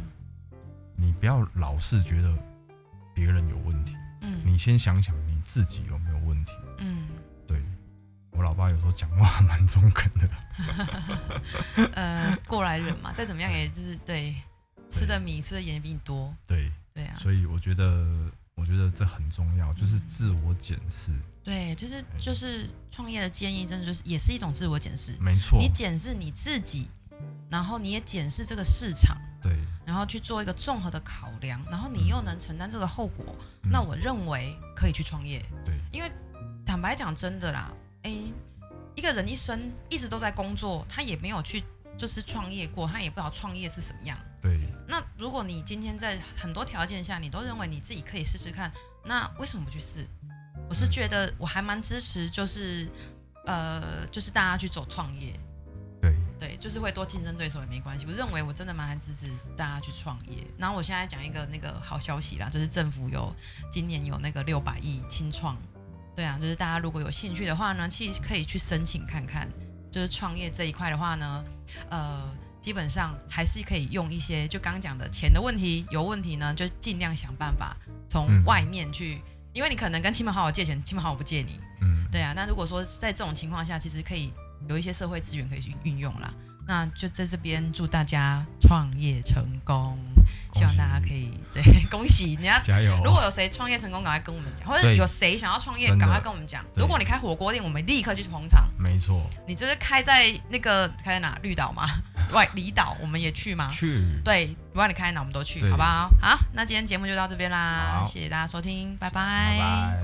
[SPEAKER 2] 你不要老是觉得别人有问题，
[SPEAKER 1] 嗯，
[SPEAKER 2] 你先想想你自己有没有问题。
[SPEAKER 1] 嗯，
[SPEAKER 2] 对我老爸有时候讲话蛮中肯的，
[SPEAKER 1] 嗯呃，过来人嘛，再怎么样也就是对，吃的米吃的盐也比你多，
[SPEAKER 2] 对，
[SPEAKER 1] 对啊，
[SPEAKER 2] 所以我觉得我觉得这很重要，就是自我检视，
[SPEAKER 1] 对，就是就是创业的建议，真的就是也是一种自我检视，
[SPEAKER 2] 没错
[SPEAKER 1] 你，检视你自己，然后你也检视这个市场，
[SPEAKER 2] 对。
[SPEAKER 1] 然后去做一个综合的考量，然后你又能承担这个后果，
[SPEAKER 2] 嗯
[SPEAKER 1] 那我认为可以去创业，
[SPEAKER 2] 对，
[SPEAKER 1] 因为坦白讲真的啦，诶，一个人一生一直都在工作，他也没有去就是创业过，他也不知道创业是什么样。
[SPEAKER 2] 对，
[SPEAKER 1] 那如果你今天在很多条件下，你都认为你自己可以试试看，那为什么不去试？我是觉得我还蛮支持，就是呃，就是大家去走创业，
[SPEAKER 2] 对，
[SPEAKER 1] 对，就是会多竞争对手也没关系。我认为我真的蛮支持大家去创业。然后我现在讲一个那个好消息啦，就是政府有今年有那个六百亿清创，对啊，就是大家如果有兴趣的话呢，其实可以去申请看看。就是创业这一块的话呢，呃，基本上还是可以用一些就刚刚讲的钱的问题，有问题呢就尽量想办法从
[SPEAKER 2] 嗯
[SPEAKER 1] 外面去，因为你可能跟亲朋好友借钱，亲朋好友不借你，
[SPEAKER 2] 嗯，
[SPEAKER 1] 对啊，那如果说在这种情况下，其实可以有一些社会资源可以去运用啦。那就在这边祝大家创业成功，
[SPEAKER 2] 恭喜
[SPEAKER 1] 希望大家可以对 <laughs> 恭喜人家。
[SPEAKER 2] 加油！
[SPEAKER 1] 如果有谁创业成功，赶快跟我们讲；或者
[SPEAKER 2] 对
[SPEAKER 1] 有谁想要创业，
[SPEAKER 2] 真的
[SPEAKER 1] 赶快跟我们讲。
[SPEAKER 2] 对
[SPEAKER 1] 如果你开火锅店，我们立刻去捧场。
[SPEAKER 2] 没错，
[SPEAKER 1] 你就是开在那个开在哪？绿岛
[SPEAKER 2] <laughs>
[SPEAKER 1] 吗？外离岛，我们也去吗？
[SPEAKER 2] 去，
[SPEAKER 1] 啊对，不管你开在哪，我们都去，
[SPEAKER 2] 对
[SPEAKER 1] 好不好？好，那今天节目就到这边啦，
[SPEAKER 2] 好
[SPEAKER 1] 谢谢大家收听，拜
[SPEAKER 2] 拜拜。